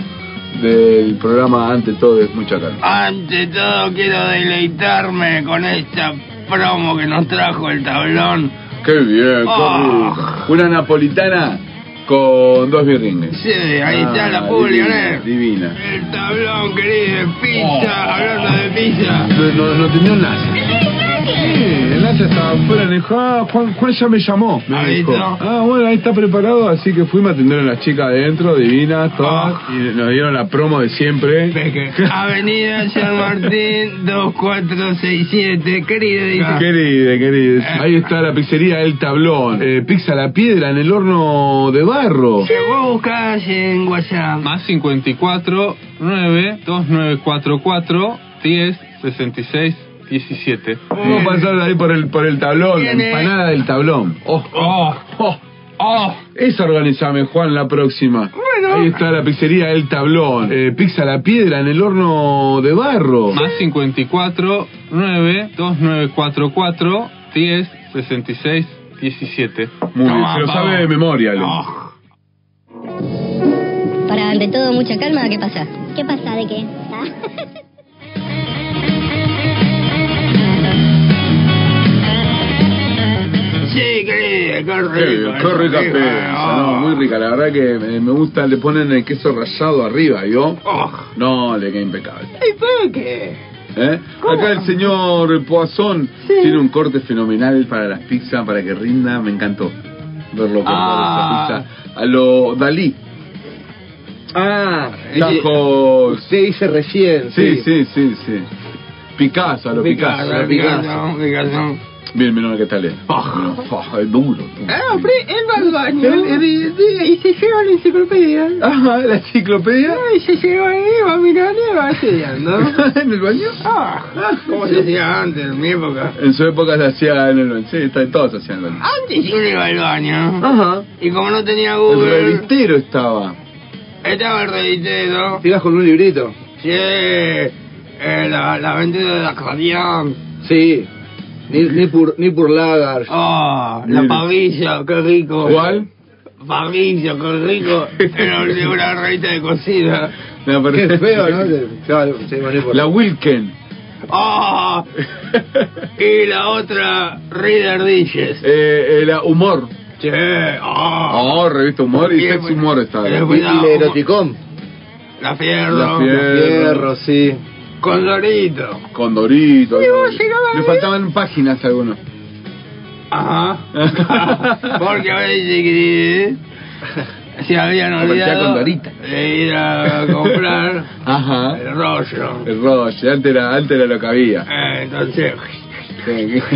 Speaker 2: del programa Ante Todo es Mucha Calma?
Speaker 1: Ante todo quiero deleitarme con esta promo que nos trajo el tablón.
Speaker 2: ¡Qué bien! qué
Speaker 1: Ah.
Speaker 2: rico. Una napolitana con dos birringues.
Speaker 1: Sí, ahí está la
Speaker 2: Ah,
Speaker 1: publi,
Speaker 2: divina,
Speaker 1: ¿eh?
Speaker 2: divina.
Speaker 1: El tablón, querido, de pizza, hablando de pizza.
Speaker 2: No, no, no tenía nada. Sí, El Nacha estaba afuera y me dijo, ah, Juan, Juan ya me llamó. Me
Speaker 8: Ahí
Speaker 2: dijo,
Speaker 8: está.
Speaker 2: ah, bueno, ahí está preparado, así que fuimos a atender a las chicas adentro, divinas, todas, y nos dieron la promo de siempre.
Speaker 4: Avenida San Martín 2467, querido. dice.
Speaker 2: Querida, querida. Ahí está la pizzería El Tablón. Eh, pizza a la piedra en el horno de barro.
Speaker 4: Vos buscás en WhatsApp.
Speaker 2: Más 54 9 2944 10 66 17. Vamos a pasar ahí por el, por el tablón, la
Speaker 4: Viene.
Speaker 2: empanada del tablón. Oh, oh, oh. Esa organizame, Juan, la próxima.
Speaker 4: Bueno.
Speaker 2: Ahí está la pizzería El Tablón. Eh, pizza a la piedra en el horno de barro. Más 54 9 2944 10 66 17. Muy bien, se lo sabe de memoria, Ale.
Speaker 9: Para, ante todo, mucha calma, ¿qué pasa?
Speaker 10: ¿Qué pasa? ¿De qué?
Speaker 4: Sí, querida, qué rico.
Speaker 2: Qué qué rica
Speaker 4: rico.
Speaker 2: pizza, no,
Speaker 4: Ah.
Speaker 2: muy rica, la verdad que me, me gusta, le ponen el queso rallado arriba, ¿yo?
Speaker 4: Oh.
Speaker 2: No, le queda impecable.
Speaker 4: ¿Y por qué?
Speaker 2: ¿eh? Acá el señor Poisson tiene un corte fenomenal para las pizzas, para que rinda, me encantó verlo cortar
Speaker 4: Ah.
Speaker 2: esa pizza. A lo Dalí,
Speaker 3: Ah, eh,
Speaker 2: tajos...
Speaker 3: se dice recién.
Speaker 2: Sí, sí, sí, sí. Picasso, a lo Picasso.
Speaker 4: Picasso, Picasso. Picasso.
Speaker 2: Bien, menor que tal es. No, fa, es duro.
Speaker 4: Ah, él va al baño.
Speaker 2: Y se lleva la enciclopedia. Ajá, Ah, la enciclopedia.
Speaker 4: Ah, Y se llegó ahí, va mirando y va estudiando.
Speaker 2: ¿En el baño?
Speaker 4: Ah, ¿Cómo se hacía antes, en mi época?
Speaker 2: En su época se hacía en el baño. Sí, está- todos hacían en el baño.
Speaker 4: Antes uno iba al baño.
Speaker 2: Ajá.
Speaker 4: Y como no tenía
Speaker 2: El
Speaker 4: Google,
Speaker 2: revistero estaba.
Speaker 4: estaba el reditero.
Speaker 3: Ibas con un librito.
Speaker 4: Sí, eh, la, la vendida de la Cardián.
Speaker 3: Sí. Ni, ni, pur, ni purlagar.
Speaker 4: Ah, la
Speaker 2: Mira.
Speaker 4: pavilla, qué rico.
Speaker 2: ¿Cuál?
Speaker 4: Pavilla, qué rico. Era una, una revista de cocina.
Speaker 2: La,
Speaker 3: Qué feo, ¿no? Te- Claro, sí, bueno, ni por-
Speaker 2: La Wilken.
Speaker 4: Ah, y la otra, Reader Dishes.
Speaker 2: eh, eh, la Humor.
Speaker 4: Sí, ah,
Speaker 2: Oh, revista Humor y
Speaker 4: Bien,
Speaker 2: Sex
Speaker 4: bueno.
Speaker 2: Humor estaba.
Speaker 4: Bien,
Speaker 2: La
Speaker 3: Y, y la
Speaker 4: Eh, cuidado.
Speaker 3: eroticón.
Speaker 4: la fierro.
Speaker 2: La Fierro.
Speaker 3: Fierro, sí.
Speaker 4: Con Dorito.
Speaker 2: Con Dorito.
Speaker 4: Y vos llegabas
Speaker 2: Le
Speaker 4: ahí.
Speaker 2: faltaban páginas a algunos.
Speaker 4: Ajá. Porque a veces que se habían
Speaker 2: Aparecía
Speaker 4: olvidado
Speaker 2: con Dorita.
Speaker 4: de ir a comprar
Speaker 2: Ajá.
Speaker 4: el rollo.
Speaker 2: El Roche, antes era, antes era lo que había.
Speaker 4: Eh, entonces,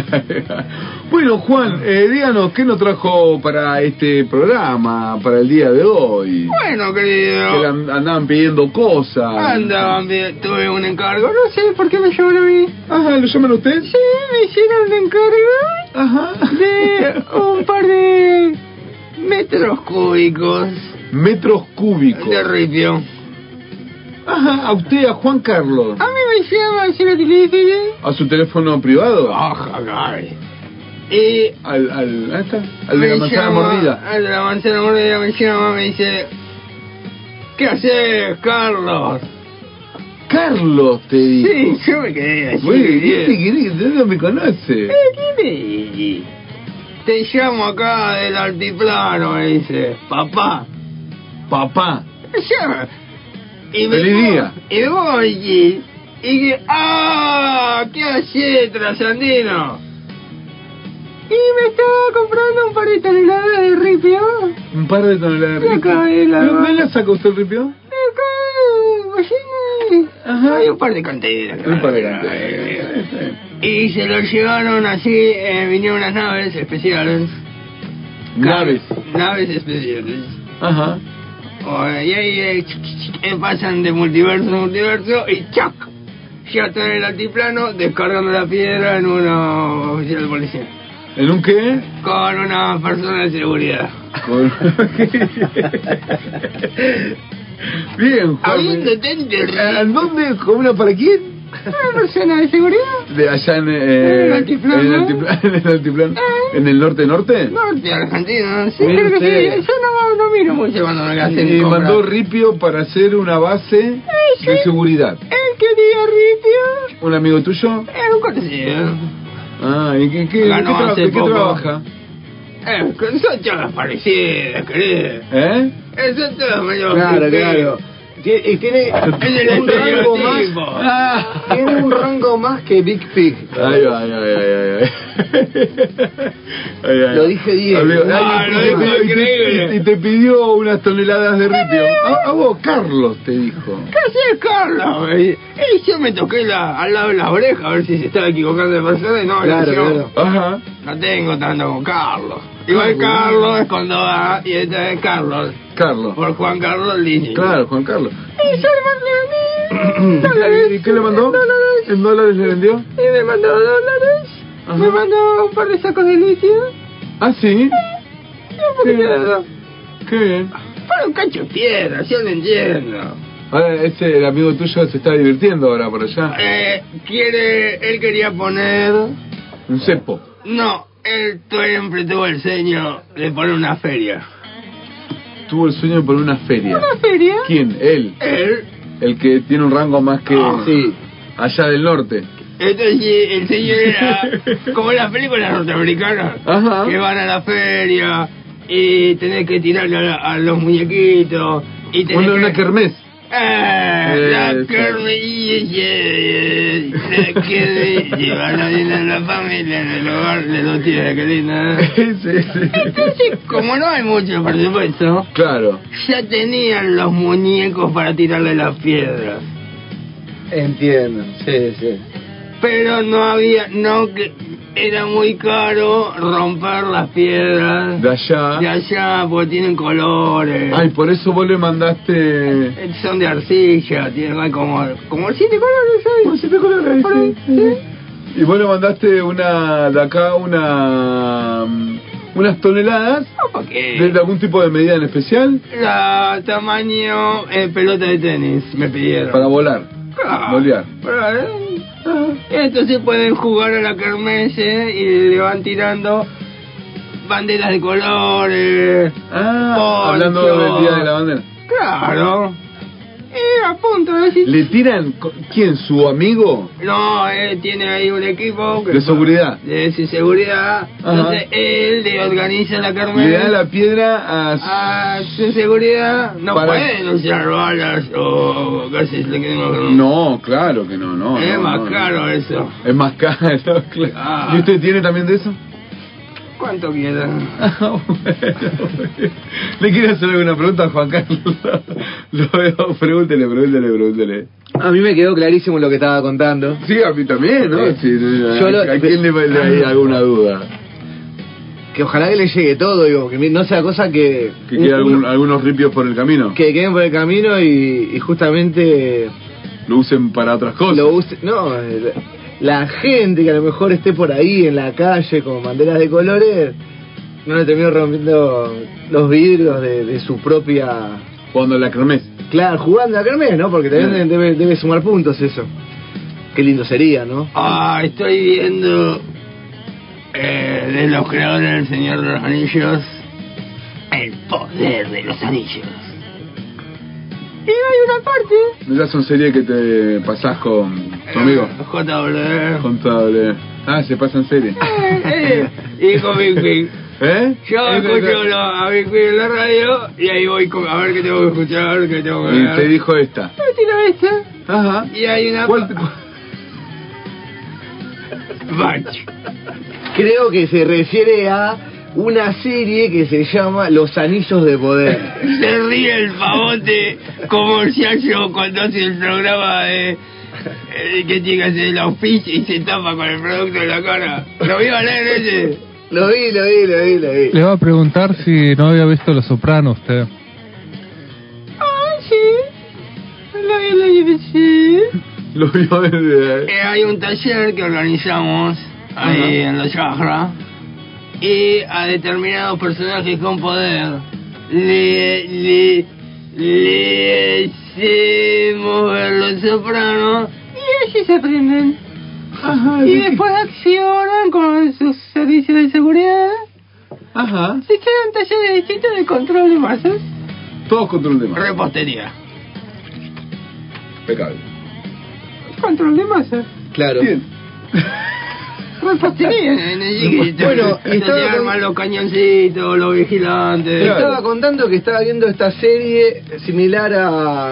Speaker 2: bueno, Juan, eh, díganos, ¿qué nos trajo para este programa, para el día de hoy?
Speaker 4: bueno,
Speaker 2: Que le
Speaker 4: querido,
Speaker 2: an- andaban pidiendo cosas.
Speaker 4: andaban bien, tuve un encargo, no sé por qué me llamaron a mí.
Speaker 2: Ajá, ¿lo llaman usted?
Speaker 4: Sí, me hicieron un encargo
Speaker 2: Ajá.
Speaker 4: de un par de metros cúbicos
Speaker 2: Metros cúbicos.
Speaker 4: de ripio.
Speaker 2: Ajá, a usted, a Juan Carlos.
Speaker 4: A mí me llaman, se lo utilicé.
Speaker 2: ¿A su teléfono privado?
Speaker 4: Ajá, caray. Y
Speaker 2: Al, al, ahí está, al de la
Speaker 4: Me
Speaker 2: manzana
Speaker 4: llama-
Speaker 2: mordida.
Speaker 4: Al de la manzana mordida me llama, me dice, ¿qué haces, Carlos?
Speaker 2: Carlos, te digo.
Speaker 4: Sí, yo me quedé así.
Speaker 2: Güey, ¿qué te
Speaker 4: bien.
Speaker 2: querés? ¿De dónde me conoce?
Speaker 4: Eh, ¿qué me dice? Te llamo acá del altiplano, me dice, papá.
Speaker 2: Papá.
Speaker 4: Ya. Y
Speaker 2: Feliz
Speaker 4: voy-
Speaker 2: día.
Speaker 4: Y voy y, y que, ¡ah! ¿Qué haces, trasandino? Y me estaba comprando un par de toneladas de ripio.
Speaker 2: Un par de toneladas de
Speaker 4: Acá
Speaker 2: ripio.
Speaker 4: hay la-
Speaker 2: ¿De dónde la saca usted el ripio?
Speaker 4: Ajá, hay un par de canteras.
Speaker 2: Un par de
Speaker 4: Y se lo llevaron así, eh, vinieron unas naves especiales.
Speaker 2: Naves.
Speaker 4: Naves especiales.
Speaker 2: Ajá.
Speaker 4: O, eh, y ahí eh, ch- ch- ch- eh, pasan de multiverso a multiverso y ¡chac! Ya están en el altiplano descargando la piedra en una oficina de policía.
Speaker 2: ¿En un qué?
Speaker 4: Con una persona de seguridad.
Speaker 2: Con- Bien,
Speaker 4: Había
Speaker 2: Juan.
Speaker 4: un detente
Speaker 2: ¿A dónde? ¿Con una para quién?
Speaker 4: Una persona de seguridad.
Speaker 2: De allá en,
Speaker 4: En
Speaker 2: eh,
Speaker 4: el altiplano.
Speaker 2: En el altipla- en el altiplano. ¿En el
Speaker 4: Eh.
Speaker 2: norte norte?
Speaker 4: Norte argentino, sí,
Speaker 3: Mire
Speaker 4: creo que
Speaker 3: usted.
Speaker 4: sí. Yo no, no miro mucho cuando me hacen
Speaker 2: Y
Speaker 4: compras.
Speaker 2: mandó ripio para hacer una base
Speaker 4: Sí,
Speaker 2: de
Speaker 4: sí.
Speaker 2: seguridad.
Speaker 4: Él quería ripio.
Speaker 2: ¿Un amigo tuyo?
Speaker 4: Es un conocido.
Speaker 2: Ah, ¿y qué, qué,
Speaker 4: Ganó
Speaker 2: qué tra-
Speaker 4: hace
Speaker 2: de qué
Speaker 4: poco.
Speaker 2: trabaja?
Speaker 4: Eh, que son todas parecidas, querido.
Speaker 2: ¿Eh?
Speaker 4: Eh, Son todas medio...
Speaker 3: Claro, claro. Tie- Y tiene
Speaker 4: Es el
Speaker 3: un rango más.
Speaker 4: estereotipo.
Speaker 2: Ah.
Speaker 3: Tiene un rango más que Big Pig.
Speaker 2: Ay, ay, ay, ay, ay, ay. Lo dije bien.
Speaker 5: Ah, lo dijo increíble.
Speaker 2: Y te pidió unas toneladas de ripio. A, a vos, Carlos, te dijo.
Speaker 4: ¿Qué haces, Carlos? Y, y yo me toqué la, al lado de la oreja a ver si se estaba equivocando de persona y no, la
Speaker 3: Claro,
Speaker 4: yo
Speaker 3: claro.
Speaker 2: Ajá.
Speaker 4: no tengo tanto con Carlos. Igual Carlos es cuando va y esta es Carlos,
Speaker 2: Carlos.
Speaker 4: por Juan Carlos Lini.
Speaker 2: Claro, Juan Carlos. ¿Y qué le mandó?
Speaker 4: Dólares.
Speaker 2: ¿En dólares le vendió?
Speaker 4: Y me mandó dólares,
Speaker 2: Ajá.
Speaker 4: me mandó un par de sacos de líquido.
Speaker 2: Ah, sí.
Speaker 4: No, porque
Speaker 2: Sí.
Speaker 4: nada.
Speaker 2: Qué bien.
Speaker 4: Para un cacho de piedra, yo no entiendo.
Speaker 2: Ahora, ese, el amigo tuyo se está divirtiendo ahora por allá.
Speaker 4: Eh, quiere, él quería poner...
Speaker 2: Un cepo.
Speaker 4: No, él siempre tuvo el sueño de poner una feria.
Speaker 2: Tuvo el sueño por una feria.
Speaker 4: feria?
Speaker 2: ¿Quién? Él.
Speaker 4: Él.
Speaker 2: El que tiene un rango más que...
Speaker 4: Ah, sí.
Speaker 2: ¿Eh? Allá del norte.
Speaker 4: Entonces el señor era como las películas norteamericanas
Speaker 2: Ajá.
Speaker 4: que van a la feria y tenés que tirarle a, la- a los muñequitos y tenés
Speaker 2: Una, una
Speaker 4: que...
Speaker 2: kermés.
Speaker 4: Ah,
Speaker 2: Eso.
Speaker 4: la carne y- y- y- la que de llevarla bien a la familia en el hogar de los tíos de Carolina.
Speaker 2: sí, sí.
Speaker 4: Entonces, como no hay mucho presupuesto,
Speaker 2: Claro.
Speaker 4: ya tenían los muñecos para tirarle las piedras.
Speaker 3: Entiendo, sí, sí.
Speaker 4: pero no había, no que era muy caro romper las piedras
Speaker 2: De allá.
Speaker 4: de allá porque tienen colores,
Speaker 2: Ay, por eso vos le mandaste...
Speaker 4: Eh, son de arcilla, tienen hay como, como siete colores, ¿sabes?
Speaker 2: Como siete colores,
Speaker 4: Por ahí,
Speaker 2: sí. Y vos le mandaste una... De acá una... mm, Unas toneladas
Speaker 4: No, porque
Speaker 2: de algún tipo de medida en especial
Speaker 4: la tamaño eh, pelota de tenis me pidieron.
Speaker 2: para volar.
Speaker 4: Ah,
Speaker 2: Bolear.
Speaker 4: para- ah. Entonces pueden jugar a la kermesse y le van tirando banderas de colores.
Speaker 2: Ah,
Speaker 4: Poncho.
Speaker 2: hablando del día de la bandera.
Speaker 4: Claro. Y a punto de decir.
Speaker 2: ¿Le tiran co- quién? ¿Su amigo?
Speaker 4: No, él tiene ahí un equipo. que-
Speaker 2: De seguridad.
Speaker 4: De sí, seguridad. Entonces él le organiza la carmen.
Speaker 2: Le da la piedra a... su-
Speaker 4: A su seguridad. No
Speaker 2: Para-
Speaker 4: pueden usar balas o gases lacrimógenos.
Speaker 2: No, claro que no, no.
Speaker 4: Es
Speaker 2: no,
Speaker 4: más
Speaker 2: no, no.
Speaker 4: caro eso.
Speaker 2: Es más caro, claro.
Speaker 4: Ah.
Speaker 2: ¿Y usted tiene también de eso?
Speaker 4: ¿Cuánto queda?
Speaker 2: Ah, bueno. Le quiero hacer alguna pregunta a Juan Carlos. Lo veo, pregúntele, pregúntele, pregúntele.
Speaker 3: A mí me quedó clarísimo lo que estaba contando.
Speaker 2: Sí, a mí también, ¿no?
Speaker 3: Eh,
Speaker 2: Sí, no,
Speaker 3: yo
Speaker 2: a-
Speaker 3: lo-
Speaker 2: ¿A quién le, le hay alguna duda?
Speaker 3: Que ojalá que le llegue todo, digo, que no sea cosa que...
Speaker 2: Que queda algún- algunos ripios por el camino.
Speaker 3: que queden por el camino y, y justamente
Speaker 2: Lo usen para otras cosas.
Speaker 3: lo use... No, eh, la gente que a lo mejor esté por ahí en la calle con banderas de colores, no le termino rompiendo los vidrios de, de su propia...
Speaker 2: Cuando la cremes.
Speaker 3: Claro, jugando a Kermés, ¿no? Porque también
Speaker 2: Bien.
Speaker 3: debe, debe sumar puntos eso. Qué lindo sería, ¿no?
Speaker 4: Ah, estoy viendo eh, de los creadores del Señor de los Anillos el poder de los anillos. Y hay una parte
Speaker 2: Ya son series que te pasás con tu amigo.
Speaker 4: JW.
Speaker 2: Contable. Ah, se pasan series.
Speaker 4: Eh, eh, Y con Big Big.
Speaker 2: ¿Eh?
Speaker 4: Yo
Speaker 2: Eh,
Speaker 4: escucho
Speaker 2: eh,
Speaker 4: lo- a Big Big en la radio y ahí voy con- a ver qué tengo que escuchar, a ver qué tengo que
Speaker 2: Y
Speaker 4: ver.
Speaker 2: te dijo esta.
Speaker 4: Me tiro esta
Speaker 2: Ajá.
Speaker 4: y hay una.
Speaker 2: ¿Cuál te-
Speaker 4: Bach.
Speaker 3: Creo que se refiere a una serie que se llama Los Anillos de Poder.
Speaker 4: Se ríe el pavote como el Yayo cuando hace el programa de. eh, que tiene que hacer la oficio y se tapa con el producto de la cara. ¿Lo vio a leer ese?
Speaker 3: Lo vi, lo vi, lo vi, lo vi.
Speaker 5: Le va a preguntar si no había visto Los Soprano usted.
Speaker 4: Ah, sí. Lo vi, lo vi, sí.
Speaker 2: Lo vio desde...
Speaker 4: Eh, hay un taller que organizamos ahí en la chajra y a determinados personajes con poder le, le, le hacemos ver los sopranos y ellos se aprenden.
Speaker 2: Ajá.
Speaker 4: Y después accionan con sus servicios de seguridad.
Speaker 2: Ajá.
Speaker 4: Se crean talleres distintos de control de masas.
Speaker 2: Todos contra un demás.
Speaker 4: Repostería.
Speaker 2: Impecable.
Speaker 4: Control de masas.
Speaker 3: Claro. Ah.
Speaker 2: Bien.
Speaker 4: Repostería.
Speaker 3: Bueno,
Speaker 4: bueno,
Speaker 3: y
Speaker 4: y
Speaker 3: estaba
Speaker 4: se
Speaker 3: con-
Speaker 4: arman los cañoncitos, los vigilantes.
Speaker 2: Claro.
Speaker 3: Estaba contando que estaba viendo esta serie similar a,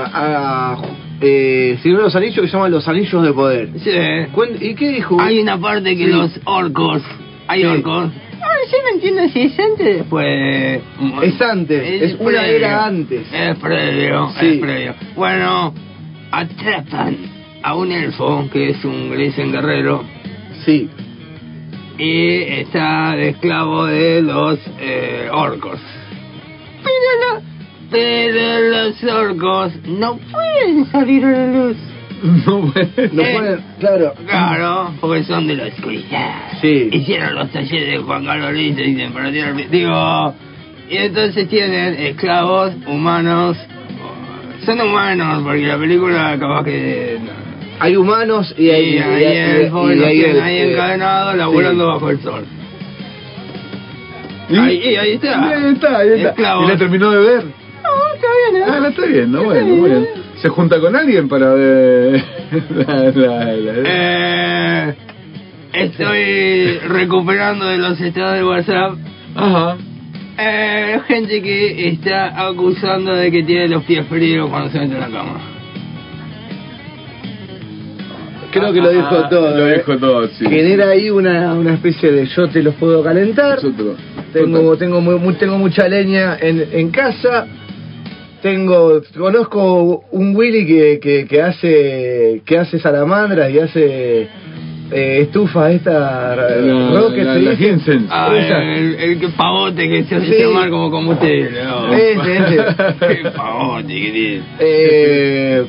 Speaker 3: a eh, Señor de los Anillos que se llama Los Anillos de Poder.
Speaker 4: Sí.
Speaker 3: Cuen- ¿Y qué dijo?
Speaker 4: Hay una parte que
Speaker 3: Sí.
Speaker 4: los orcos
Speaker 1: Hay orcos.
Speaker 3: No, Ah, yo no entiendo si es antes después.
Speaker 1: Pues.
Speaker 4: Es antes, es, pues, una
Speaker 1: previo,
Speaker 4: era antes.
Speaker 1: Es previo,
Speaker 4: Sí.
Speaker 1: es previo. Bueno, atrapan a un elfo que es un Grisen guerrero
Speaker 4: Sí,
Speaker 1: y está de esclavo de los eh, orcos.
Speaker 3: Pero no,
Speaker 1: Pero los orcos no
Speaker 3: pueden salir a la luz.
Speaker 2: No, puede.
Speaker 4: no
Speaker 1: Eh.
Speaker 4: pueden, claro.
Speaker 1: Claro, porque son de la oscuridad.
Speaker 4: Sí.
Speaker 1: Hicieron los talleres de Juan Carlos Lice y Temperatura Arbi- Digo, y entonces tienen esclavos humanos. Son humanos, porque la película capaz que.
Speaker 4: Hay humanos y
Speaker 1: Y
Speaker 4: hay, y hay-
Speaker 1: ahí el
Speaker 4: y
Speaker 1: joven lo
Speaker 4: hay
Speaker 1: tienen
Speaker 4: el-
Speaker 1: ahí
Speaker 4: eh,
Speaker 1: encadenado,
Speaker 4: sí.
Speaker 1: laburando bajo el sol.
Speaker 2: ¿Y?
Speaker 1: Ahí, y ahí está.
Speaker 2: Ahí está, ahí está.
Speaker 1: Esclavos.
Speaker 2: ¿Y la terminó de ver?
Speaker 3: No,
Speaker 1: ¿eh?
Speaker 3: todavía no.
Speaker 2: Ah, la está viendo, bueno, muy bien. ¿Se junta con alguien para ver la- la- la-
Speaker 1: Eh, estoy recuperando de los estados de WhatsApp.
Speaker 2: Ajá.
Speaker 1: Eh, gente que está acusando de que tiene los pies fríos cuando se mete en la cama.
Speaker 4: Creo que lo dijo
Speaker 2: Ah,
Speaker 4: todo.
Speaker 2: Lo
Speaker 4: eh.
Speaker 2: dijo todo, sí.
Speaker 4: Genera ahí una, una especie de yo te los puedo calentar.
Speaker 2: Es otro.
Speaker 4: Tengo, tengo, mu- mu- tengo mucha leña en, en casa. Tengo, conozco un Willy que, que, que hace que hace salamandras y hace eh, estufas esta
Speaker 2: La,
Speaker 4: rocket.
Speaker 2: la,
Speaker 4: ¿se
Speaker 2: la
Speaker 4: dice?
Speaker 2: Jensen.
Speaker 1: Ah,
Speaker 2: Esa.
Speaker 1: el, el que pavote que se hace
Speaker 4: Sí.
Speaker 1: llamar como combustible. ¿no?
Speaker 4: Ese, ese.
Speaker 1: Qué pavote que tiene.
Speaker 4: Eh,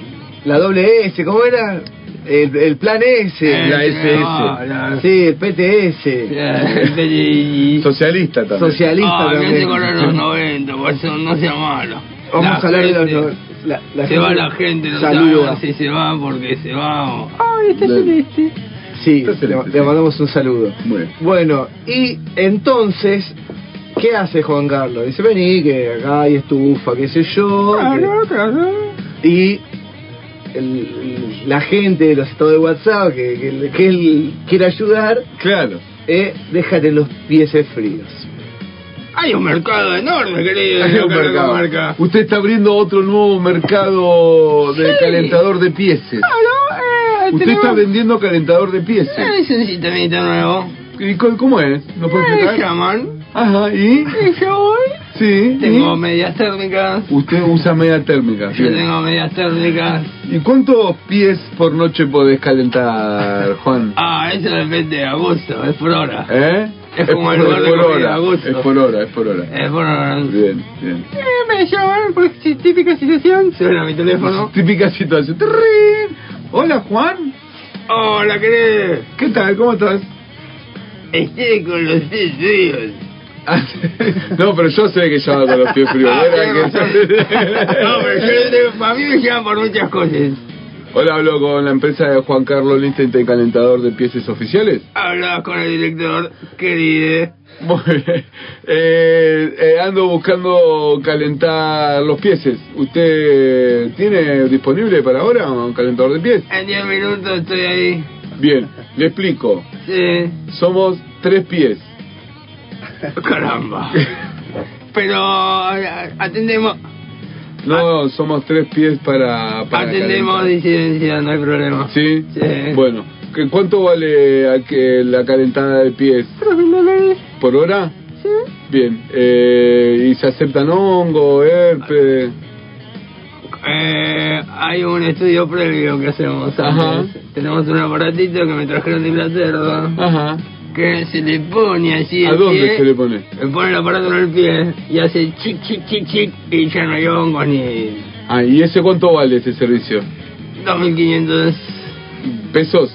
Speaker 4: la doble S, ¿cómo era? El, el plan S.
Speaker 2: la
Speaker 1: Eh,
Speaker 2: SS.
Speaker 1: no, la-
Speaker 4: Sí, el PTS.
Speaker 1: Eh, y-
Speaker 2: Socialista también.
Speaker 4: Socialista
Speaker 1: Ah, que
Speaker 4: también.
Speaker 1: se corren los 90, por eso no sea malo.
Speaker 4: Vamos
Speaker 1: La
Speaker 4: a hablar de los...
Speaker 1: gente-
Speaker 4: los- la, la
Speaker 1: se va la gente, no
Speaker 4: Saluda.
Speaker 1: sabemos si se va porque se va o...
Speaker 3: Ay, está celeste.
Speaker 4: Sí,
Speaker 2: Está
Speaker 4: le,
Speaker 2: celeste,
Speaker 4: le
Speaker 2: sí.
Speaker 4: mandamos un saludo.
Speaker 2: Muy bien.
Speaker 4: Bueno, y entonces, ¿qué hace Juan Carlos? Dice, vení, que acá hay estufa, qué sé yo.
Speaker 3: Claro, claro.
Speaker 4: que- Y el- la gente de los estados de WhatsApp que, que- que él quiere ayudar,
Speaker 2: Claro.
Speaker 4: eh, déjate los pies fríos.
Speaker 1: Hay un mercado enorme, querido.
Speaker 2: Hay
Speaker 1: en
Speaker 2: un
Speaker 1: la
Speaker 2: mercado.
Speaker 1: comarca.
Speaker 2: Usted está abriendo otro nuevo mercado de
Speaker 1: Sí.
Speaker 2: calentador de pieces.
Speaker 3: Claro, eh,
Speaker 2: Usted
Speaker 3: tenemos-
Speaker 2: está vendiendo calentador de
Speaker 1: Ah,
Speaker 2: pieces.
Speaker 1: Es un sistemita nuevo.
Speaker 2: ¿Y co- cómo es? ¿No puede
Speaker 1: Me
Speaker 2: explicar?
Speaker 1: llaman.
Speaker 2: Ajá, ¿y?
Speaker 3: Y yo voy.
Speaker 2: Sí. ¿y?
Speaker 1: Tengo medias térmicas.
Speaker 2: Usted usa media térmica.
Speaker 1: Yo
Speaker 2: bien.
Speaker 1: tengo medias térmicas.
Speaker 2: ¿Y cuántos pies por noche podés calentar, Juan?
Speaker 1: Ah, eso depende a gusto, es por hora.
Speaker 2: ¿Eh?
Speaker 1: Es como el
Speaker 2: por,
Speaker 1: lugar de
Speaker 2: por
Speaker 1: comida,
Speaker 2: hora.
Speaker 1: a gusto. Eh.
Speaker 2: Es por hora, es por hora.
Speaker 1: Es por hora.
Speaker 2: Bien, bien.
Speaker 3: Eh, me llaman por si- típica situación.
Speaker 1: Suena mi teléfono.
Speaker 2: Típica situación. ¡Tirrín! Hola, Juan.
Speaker 1: Hola, querés.
Speaker 2: ¿Qué tal? ¿Cómo estás?
Speaker 1: Estoy con los pies fríos.
Speaker 2: Ah, no, pero yo sé que llevaba con los pies fríos.
Speaker 1: Ah,
Speaker 2: Era
Speaker 1: tenés
Speaker 2: que-
Speaker 1: razón. No, pero yo tengo- para mí me llaman por muchas cosas.
Speaker 2: Hola, hablo con la empresa de Juan Carlos Linstein, de calentador de piezas oficiales.
Speaker 1: Hablabas con el director, querido.
Speaker 2: Muy bien. Eh, eh, ando buscando calentar los pieses. ¿Usted tiene disponible para ahora un calentador de pies?
Speaker 1: En 10 minutos estoy ahí.
Speaker 2: Bien, le explico.
Speaker 1: Sí.
Speaker 2: Somos tres pies.
Speaker 1: Caramba. Pero a- atendemos,
Speaker 2: No, somos tres pies para... para
Speaker 1: Ah. atendemos
Speaker 2: calentar.
Speaker 1: disidencia, no hay problema.
Speaker 2: ¿Ah, ¿Sí?
Speaker 1: Sí.
Speaker 2: Bueno, ¿qué- ¿cuánto vale a que la calentada de pies?
Speaker 3: Tres mil dólares.
Speaker 2: ¿Por hora?
Speaker 3: Sí.
Speaker 2: Bien. Eh, ¿Y se aceptan hongo, herpes?
Speaker 1: Eh, hay un estudio previo que hacemos
Speaker 2: Ajá.
Speaker 1: antes. Tenemos un aparatito que me trajeron de Inglaterra
Speaker 2: Ajá.
Speaker 1: que se le pone así
Speaker 2: ¿A
Speaker 1: el
Speaker 2: dónde
Speaker 1: pie,
Speaker 2: se le pone?
Speaker 1: le pone el aparato en el pie y hace chic chic chic chic y ya no hay hongos ni
Speaker 2: Ah, ¿y ese cuánto vale ese servicio?
Speaker 1: 2500
Speaker 2: ¿Pesos?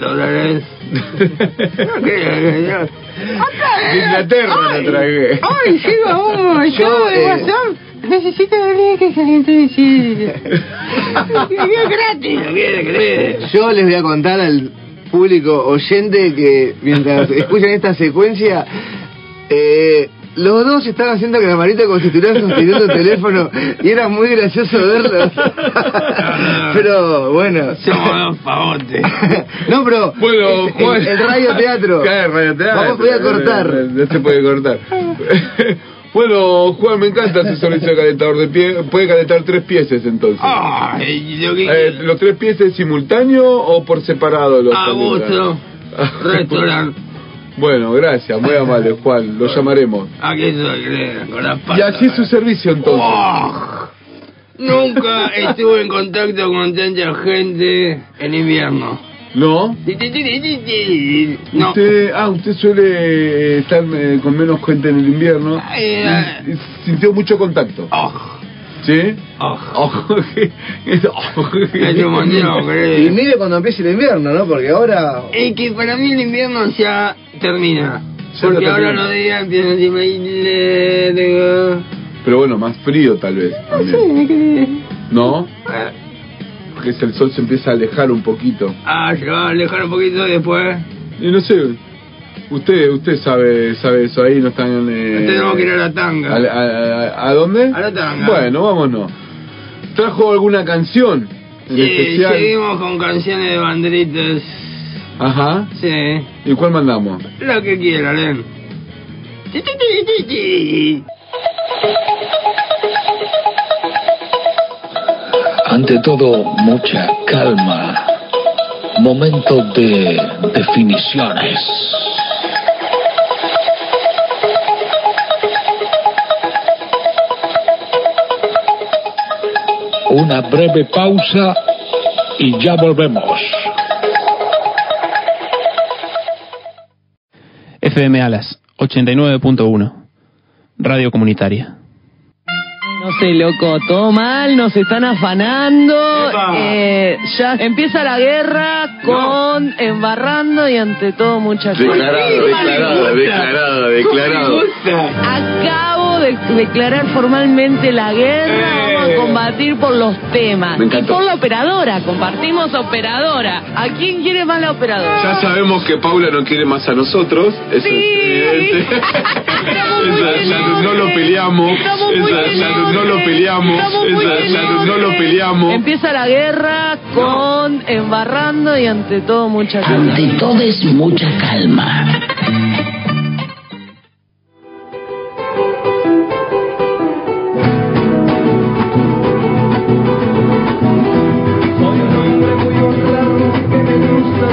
Speaker 1: dólares. No creo,
Speaker 2: De Inglaterra lo tragué.
Speaker 3: Ay, llego a humo. Estado de
Speaker 4: eh,
Speaker 3: WhatsApp. Necesito a alguien que caliente visible.
Speaker 1: que gratis, no quiere creer.
Speaker 4: Yo les voy a contar al público oyente que mientras escuchan esta secuencia, eh, los dos estaban haciendo camarita como si estuvieran sosteniendo el teléfono y era muy gracioso verlos. pero bueno.
Speaker 1: Somos dos pavotes.
Speaker 4: no, pero
Speaker 2: Bueno,
Speaker 4: el-
Speaker 2: Juan.
Speaker 4: el, el radio teatro.
Speaker 2: Claro, el radioteatro.
Speaker 4: Vamos, voy a cortar.
Speaker 2: No, no se puede cortar. bueno, Juan, me encanta ese servicio de calentador de pie. Puede calentar tres pieces entonces.
Speaker 4: Ah,
Speaker 1: Ay, lo que
Speaker 2: Eh, ¿Los tres
Speaker 3: Ah,
Speaker 2: pieses simultáneo o por separado? Los
Speaker 1: A
Speaker 2: calentan?
Speaker 1: gusto. Restaurante.
Speaker 2: Bueno, gracias, muy amable Juan, lo llamaremos.
Speaker 11: Aquí soy, nena, con ¿eh? las
Speaker 2: Y
Speaker 11: patas.
Speaker 2: así es su servicio entonces.
Speaker 11: Nunca estuve en contacto con tanta gente en invierno.
Speaker 2: ¿No?
Speaker 11: No.
Speaker 2: Usted, ah, usted suele eh, estar eh, con menos gente en el invierno.
Speaker 11: Ay, ay.
Speaker 2: Y- y sintió mucho contacto.
Speaker 11: Oh,
Speaker 2: ¿Sí?
Speaker 11: Eso, Montijo,
Speaker 4: Y
Speaker 11: querido.
Speaker 4: mire cuando empiece el invierno, ¿no? Porque ahora.
Speaker 11: Es que para mí el invierno ya termina.
Speaker 2: Ya lo
Speaker 11: Porque
Speaker 2: terminó.
Speaker 11: ahora los días empiezan a decirme...
Speaker 2: Pero bueno, más frío tal vez. también. ¿No?
Speaker 11: Ah.
Speaker 2: Porque es el sol se empieza a alejar un poquito.
Speaker 11: Ah, se va a alejar un poquito después.
Speaker 2: Y no sé, usted usted sabe sabe eso, ahí no están... eh,
Speaker 11: Tenemos que ir a la tanga.
Speaker 2: ¿A, a- a- a dónde?
Speaker 11: A la tanga.
Speaker 2: Bueno, vámonos. ¿Trajo alguna canción en
Speaker 11: Sí,
Speaker 2: especial?
Speaker 11: eh, seguimos con canciones de banderitas.
Speaker 2: Ajá.
Speaker 11: Sí,
Speaker 2: ¿Y cuál mandamos?
Speaker 11: lo que quiera, Len.
Speaker 12: Ante todo, mucha calma. Momento de definiciones. Una breve pausa y ya volvemos.
Speaker 3: FM Alas, 89.1. Radio Comunitaria.
Speaker 13: No sé, loco, todo mal, nos están afanando. Eh, ya empieza la guerra con embarrando y ante todo mucha
Speaker 2: Declarado, declarado, declarado, declarado.
Speaker 13: Acabo de declarar formalmente la
Speaker 2: Eh.
Speaker 13: guerra, vamos a combatir por los temas.
Speaker 5: Me
Speaker 13: Y
Speaker 5: encantó.
Speaker 13: por la operadora, compartimos operadora. ¿A quién quiere más la operadora?
Speaker 5: Ya sabemos que Paula no quiere más a nosotros. Eso es evidente. Esa, ya no- no lo peleamos. Esa, ya no- no lo peleamos. Esa, ya no- no lo peleamos.
Speaker 13: Empieza la guerra con embarrando y ante todo mucha calma.
Speaker 1: Ante todo es mucha calma.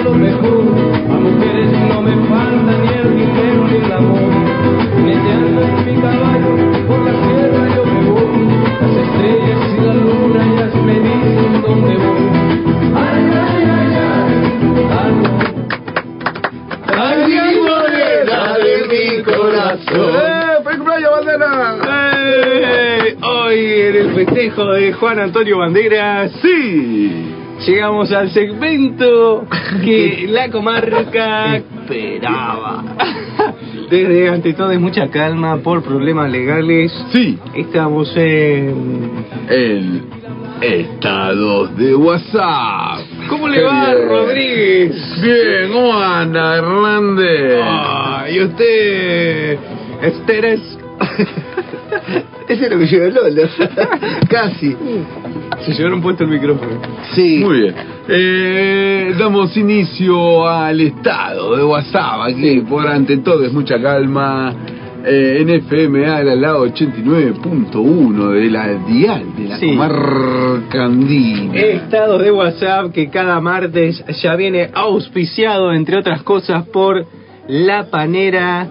Speaker 14: lo mejor. A mujeres no me falta ni el dinero ni el amor. Meneando en mi caballo por la tierra yo me voy. Las estrellas y la luna ellas me dicen dónde voy. Ay, ay, ay, ay, algo.
Speaker 2: ¡Eh!
Speaker 4: ¡Ay, morena de mi corazón!
Speaker 2: ¡Eh, feliz cumpleaños, bandera!
Speaker 3: Eh, Hoy en el festejo de Juan Antonio Bandera, sí.
Speaker 2: Em,
Speaker 3: Llegamos al segmento que la comarca esperaba. Desde ante todo es mucha calma por problemas legales.
Speaker 2: Sí.
Speaker 3: Estamos en...
Speaker 2: El estados de WhatsApp.
Speaker 3: ¿Cómo le va,
Speaker 2: Bien.
Speaker 3: Rodríguez?
Speaker 2: Bien, ¿cómo anda, Hernández?
Speaker 5: Ah,
Speaker 3: ¿Y usted, Esteres?
Speaker 4: Ese es lo que lleva el Lola. Casi.
Speaker 3: Se llevaron puesto el micrófono.
Speaker 4: Sí.
Speaker 2: Muy bien. Eh, damos inicio al estado de WhatsApp aquí, por ante todo, es mucha calma. Eh, en FM a la lado 89.1 de la Dial de la
Speaker 3: Sí.
Speaker 2: comarca andina.
Speaker 3: Estado de WhatsApp que cada martes ya viene auspiciado, entre otras cosas, por La Panera,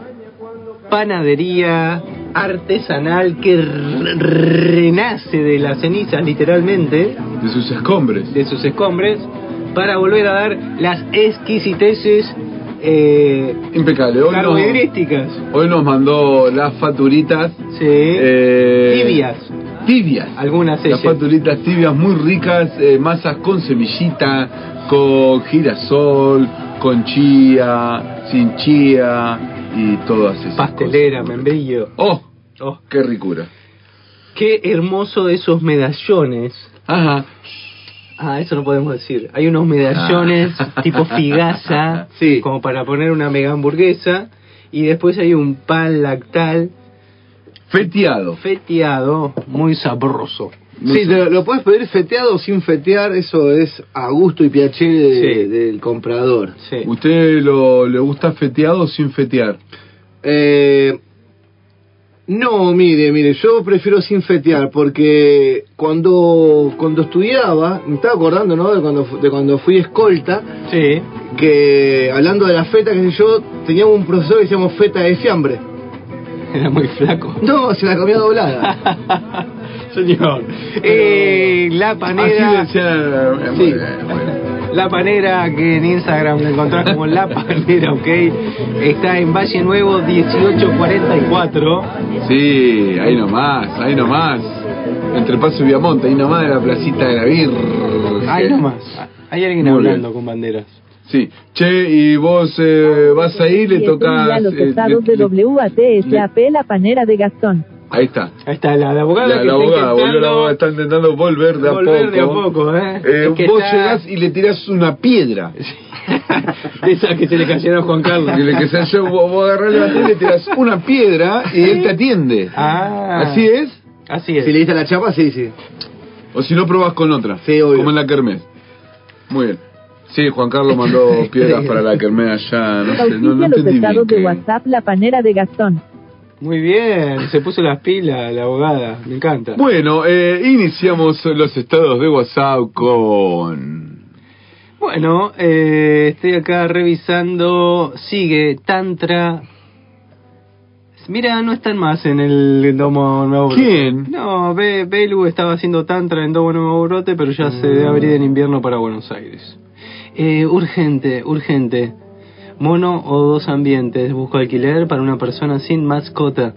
Speaker 3: panadería artesanal que r- renace de las cenizas, literalmente,
Speaker 2: de sus escombres.
Speaker 3: de sus escombres, para volver a dar las exquisiteces eh,
Speaker 2: Impecable. Hoy nos,
Speaker 3: carbohidrísticas.
Speaker 2: hoy nos mandó las faturitas
Speaker 3: Sí.
Speaker 2: eh,
Speaker 3: tibias,
Speaker 2: Tibias.
Speaker 3: algunas
Speaker 2: Las
Speaker 3: ellas.
Speaker 2: faturitas tibias muy ricas, eh, masas con semillita, con girasol, con chía, sin chía y todas esas
Speaker 3: Pastelera, membrillo.
Speaker 2: ¡Oh!
Speaker 3: Oh.
Speaker 2: ¡Qué ricura!
Speaker 3: Qué hermoso esos medallones.
Speaker 2: Ajá.
Speaker 3: Ah, eso no podemos decir. Hay unos medallones
Speaker 2: Ah.
Speaker 3: tipo figaza, como para poner una mega hamburguesa. Y después hay un pan lactal
Speaker 2: Feteado.
Speaker 3: feteado, muy sabroso.
Speaker 4: Sí, te lo, lo puedes pedir feteado o sin fetear, eso es a gusto y piacere de-
Speaker 3: Sí.
Speaker 4: del comprador.
Speaker 3: Sí.
Speaker 2: ¿Usted lo, le gusta feteado o sin fetear?
Speaker 4: Eh, no, mire, mire, yo prefiero sin fetear porque cuando cuando estudiaba, me estaba acordando, ¿no? De cuando, fu- de cuando fui escolta,
Speaker 3: Sí.
Speaker 4: que hablando de la feta, que yo, teníamos un profesor que decíamos feta de fiambre.
Speaker 3: Era muy flaco.
Speaker 4: No, se la comía doblada.
Speaker 3: Señor. Eh, la panera.
Speaker 2: eh,
Speaker 3: Sí. La panera que en Instagram la encontrás como La Panera, ok. Está en Valle Nuevo 1844.
Speaker 2: Sí, ahí nomás, ahí nomás. Entre Paso y Viamonte, ahí nomás de la placita de la Virgen.
Speaker 3: Ahí nomás. Hay alguien
Speaker 2: Muy
Speaker 3: hablando con banderas.
Speaker 2: Sí. Che, y vos
Speaker 15: Ah,
Speaker 2: eh, vas ahí, le tocas... eh, le-
Speaker 15: de WATSAP, la panera de Gastón.
Speaker 2: Ahí está.
Speaker 3: Ahí está la, abogada.
Speaker 2: La,
Speaker 3: que está
Speaker 2: abogada, volvió la
Speaker 3: intentando-
Speaker 2: abogada, está intentando volver de a
Speaker 3: Volver
Speaker 2: poco.
Speaker 3: de a poco, ¿eh? Es que
Speaker 2: vos
Speaker 3: está-
Speaker 2: llegás y le tirás una piedra.
Speaker 3: Esa que se le cayeron a Juan Carlos.
Speaker 2: Que le que se yo, vos, vos agarrás la piedra y le tirás una piedra y él te atiende.
Speaker 3: Ah.
Speaker 2: Así es.
Speaker 3: Así es.
Speaker 4: Si le diste a la chapa, sí, sí.
Speaker 2: O si no probás con otra. Como en la Kermés. Muy bien. Sí, Juan Carlos mandó piedras para la Kermés allá. No sé, no, no
Speaker 15: Auxilia los
Speaker 2: entendí bien.
Speaker 15: estados de WhatsApp, la panera de Gastón.
Speaker 3: Muy bien, se puso las pilas la abogada, me encanta.
Speaker 2: Bueno, eh, iniciamos los estados de WhatsApp con...
Speaker 3: Bueno, eh, estoy acá revisando, sigue Tantra. Mira, no están más en el Domo Nuevo Brote.
Speaker 2: ¿Quién?
Speaker 3: No, Be- Belu estaba haciendo Tantra en Domo Nuevo Brote, pero ya se debe abrir en invierno para Buenos Aires. Eh, urgente, urgente. Mono o dos ambientes, busco alquiler para una persona sin mascota.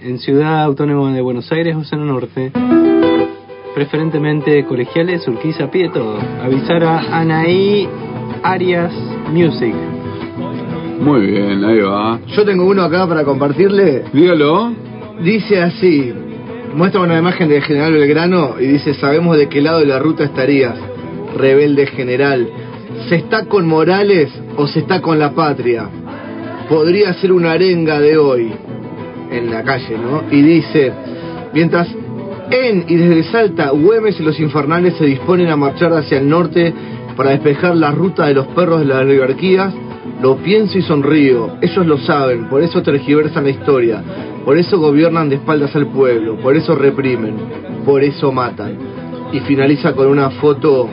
Speaker 3: En Ciudad Autónoma de Buenos Aires, Océano Norte. Preferentemente colegiales, Urquiza pide todo. Avisar a Anaí Arias Music.
Speaker 2: Muy bien, ahí va.
Speaker 4: Yo tengo uno acá para compartirle.
Speaker 2: Dígalo.
Speaker 4: Dice así. Muestra una imagen de General Belgrano y dice, sabemos de qué lado de la ruta estarías. Rebelde general. ¿Se está con Morales o se está con la patria? Podría ser una arenga de hoy. En la calle, ¿no? Y dice, mientras en y desde Salta, Güemes y los infernales se disponen a marchar hacia el norte para despejar la ruta de los perros de las oligarquías, lo pienso y sonrío. Ellos lo saben, por eso tergiversan la historia, por eso gobiernan de espaldas al pueblo, por eso reprimen, por eso matan. Y finaliza con una foto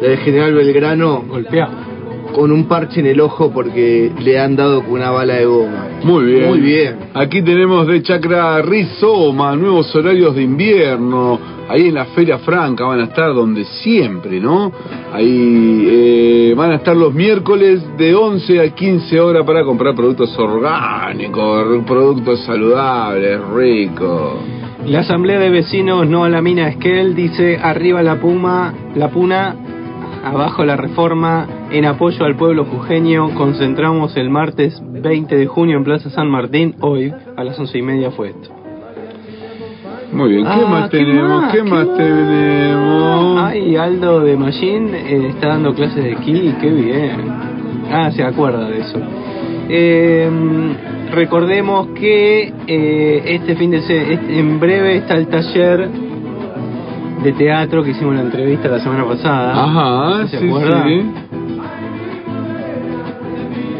Speaker 4: del general Belgrano
Speaker 3: golpeado
Speaker 4: con un parche en el ojo porque le han dado con una bala de goma.
Speaker 2: Muy bien.
Speaker 4: Muy bien.
Speaker 2: Aquí tenemos de Chacra Rizoma, nuevos horarios de invierno. Ahí en la Feria Franca van a estar donde siempre, ¿no? Ahí eh, van a estar los miércoles de 11 a 15 horas para comprar productos orgánicos, productos saludables, ricos.
Speaker 3: La asamblea de vecinos no a la mina Esquel dice arriba la puma, la puna, abajo la reforma, en apoyo al pueblo jujeño, concentramos el martes 20 de junio en Plaza San Martín, hoy a las once y media fue esto.
Speaker 2: Muy bien, ¿qué
Speaker 3: Ah,
Speaker 2: más
Speaker 3: ¿qué
Speaker 2: tenemos?
Speaker 3: más?
Speaker 2: ¿Qué,
Speaker 3: ¿Qué
Speaker 2: más,
Speaker 3: más?
Speaker 2: tenemos?
Speaker 3: Ay, Aldo de Machín eh, está dando clases de Kili, qué bien. Ah, se acuerda de eso. Eh, recordemos que eh, este fin de se- este- en breve está el taller de teatro que hicimos la entrevista la semana pasada.
Speaker 2: Ajá,
Speaker 3: ¿Se
Speaker 2: sí,
Speaker 3: acuerda?
Speaker 2: sí.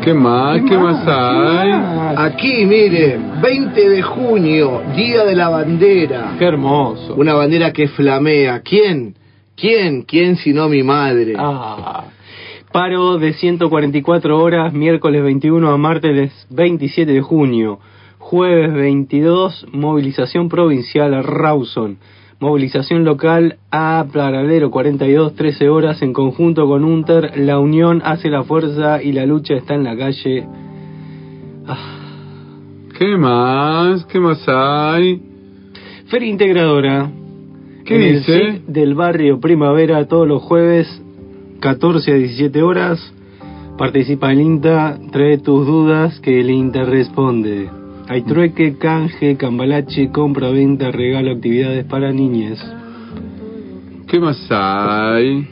Speaker 2: ¿Qué más?
Speaker 3: Ah,
Speaker 2: ¿Qué, más hay? Ah,
Speaker 4: Aquí, mire, 20 de junio, Día de la Bandera.
Speaker 3: Qué hermoso.
Speaker 4: Una bandera que flamea. ¿Quién? ¿Quién? ¿Quién sino mi madre?
Speaker 3: Ah. Paro de 144 horas, miércoles 21 a martes 27 de junio. Jueves 22, movilización provincial a Rawson. Movilización local a Paradero 42, 13 horas en conjunto con UNTER. La unión hace la fuerza y la lucha está en la calle.
Speaker 2: ¿Qué más? ¿Qué más hay?
Speaker 3: Feria Integradora.
Speaker 2: ¿Qué
Speaker 3: en el
Speaker 2: dice?
Speaker 3: SIC del barrio Primavera todos los jueves, 14 a 17 horas. Participa el INTA, trae tus dudas que el INTA responde. Hay trueque, canje, cambalache, compra, venta, regalo, actividades para niñas.
Speaker 2: ¿Qué más hay?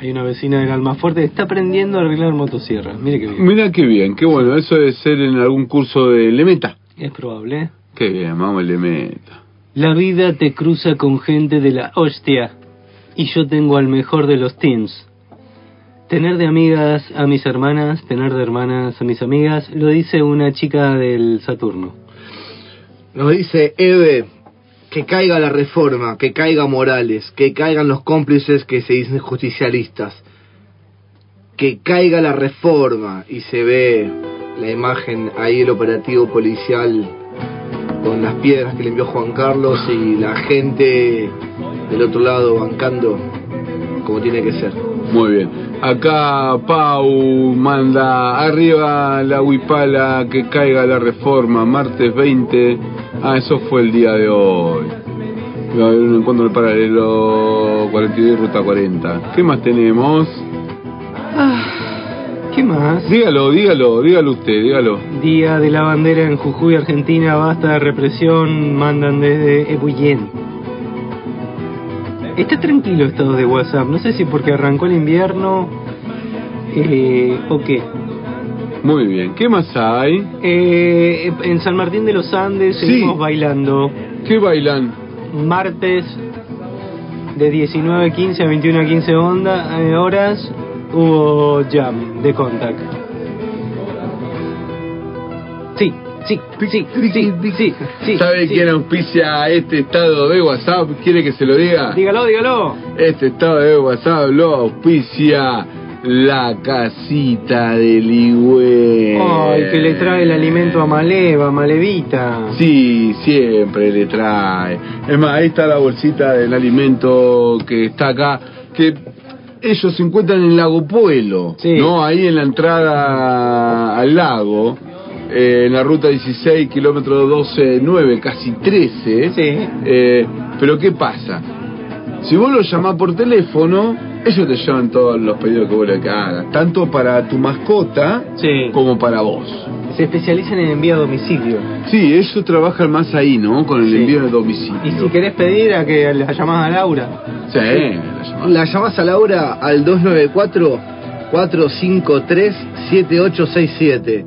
Speaker 3: Hay una vecina del Almafuerte que está aprendiendo a arreglar motosierras. Mire que bien.
Speaker 2: Mira qué bien, qué bueno. Eso debe ser en algún curso de Lemeta.
Speaker 3: Es probable. ¿eh?
Speaker 2: Qué bien, vamos Lemeta.
Speaker 3: La vida te cruza con gente de la hostia. Y yo tengo al mejor de los teams. Tener de amigas a mis hermanas, tener de hermanas a mis amigas, lo dice una chica del Saturno.
Speaker 4: Nos dice Eve, que caiga la reforma, que caiga Morales, que caigan los cómplices que se dicen justicialistas. que caiga la reforma y se ve la imagen ahí del operativo policial con las piedras que le envió Juan Carlos y la gente del otro lado bancando como tiene que ser.
Speaker 2: Muy bien. Acá Pau manda arriba la huipala que caiga la reforma, martes 20. Ah, eso fue el día de hoy. Va a haber un encuentro en el paralelo 42 y ruta 40. ¿Qué más tenemos?
Speaker 3: ¿Qué más?
Speaker 2: Dígalo, dígalo, dígalo usted, dígalo.
Speaker 3: Día de la bandera en Jujuy, Argentina, basta de represión, mandan desde Epuyén. Está tranquilo estado de WhatsApp, no sé si porque arrancó el invierno eh, o qué.
Speaker 2: Muy bien, ¿qué más hay?
Speaker 3: Eh, en San Martín de los Andes
Speaker 2: Sí.
Speaker 3: seguimos bailando.
Speaker 2: ¿Qué bailan?
Speaker 3: Martes de 19.15 a 21.15 onda, eh, horas hubo jam de contact. Sí, sí, sí, sí, sí, sí.
Speaker 2: ¿Sabe quién auspicia este estado de WhatsApp? ¿Quiere que se lo diga?
Speaker 3: Dígalo, dígalo.
Speaker 2: Este estado de WhatsApp lo auspicia la casita del Igüe.
Speaker 3: Ay, que le trae el alimento a Maleva, Malevita.
Speaker 2: Sí, siempre le trae. Es más, ahí está la bolsita del alimento que está acá, que ellos se encuentran en Lago Pueblo, ¿no? Ahí en la entrada al lago, eh, en la ruta 16, kilómetro 12, 9, casi 13. Eh, pero ¿qué pasa? Si vos los llamás por teléfono, ellos te llevan todos los pedidos que vos le hagas, tanto para tu mascota como para vos.
Speaker 3: Se especializan en envío a domicilio.
Speaker 2: Sí, ellos trabajan más ahí, ¿no? Con el envío de domicilio.
Speaker 3: Y si querés pedir a que la llamás a Laura.
Speaker 2: Sí,
Speaker 4: La llamás a Laura al 294-453-7867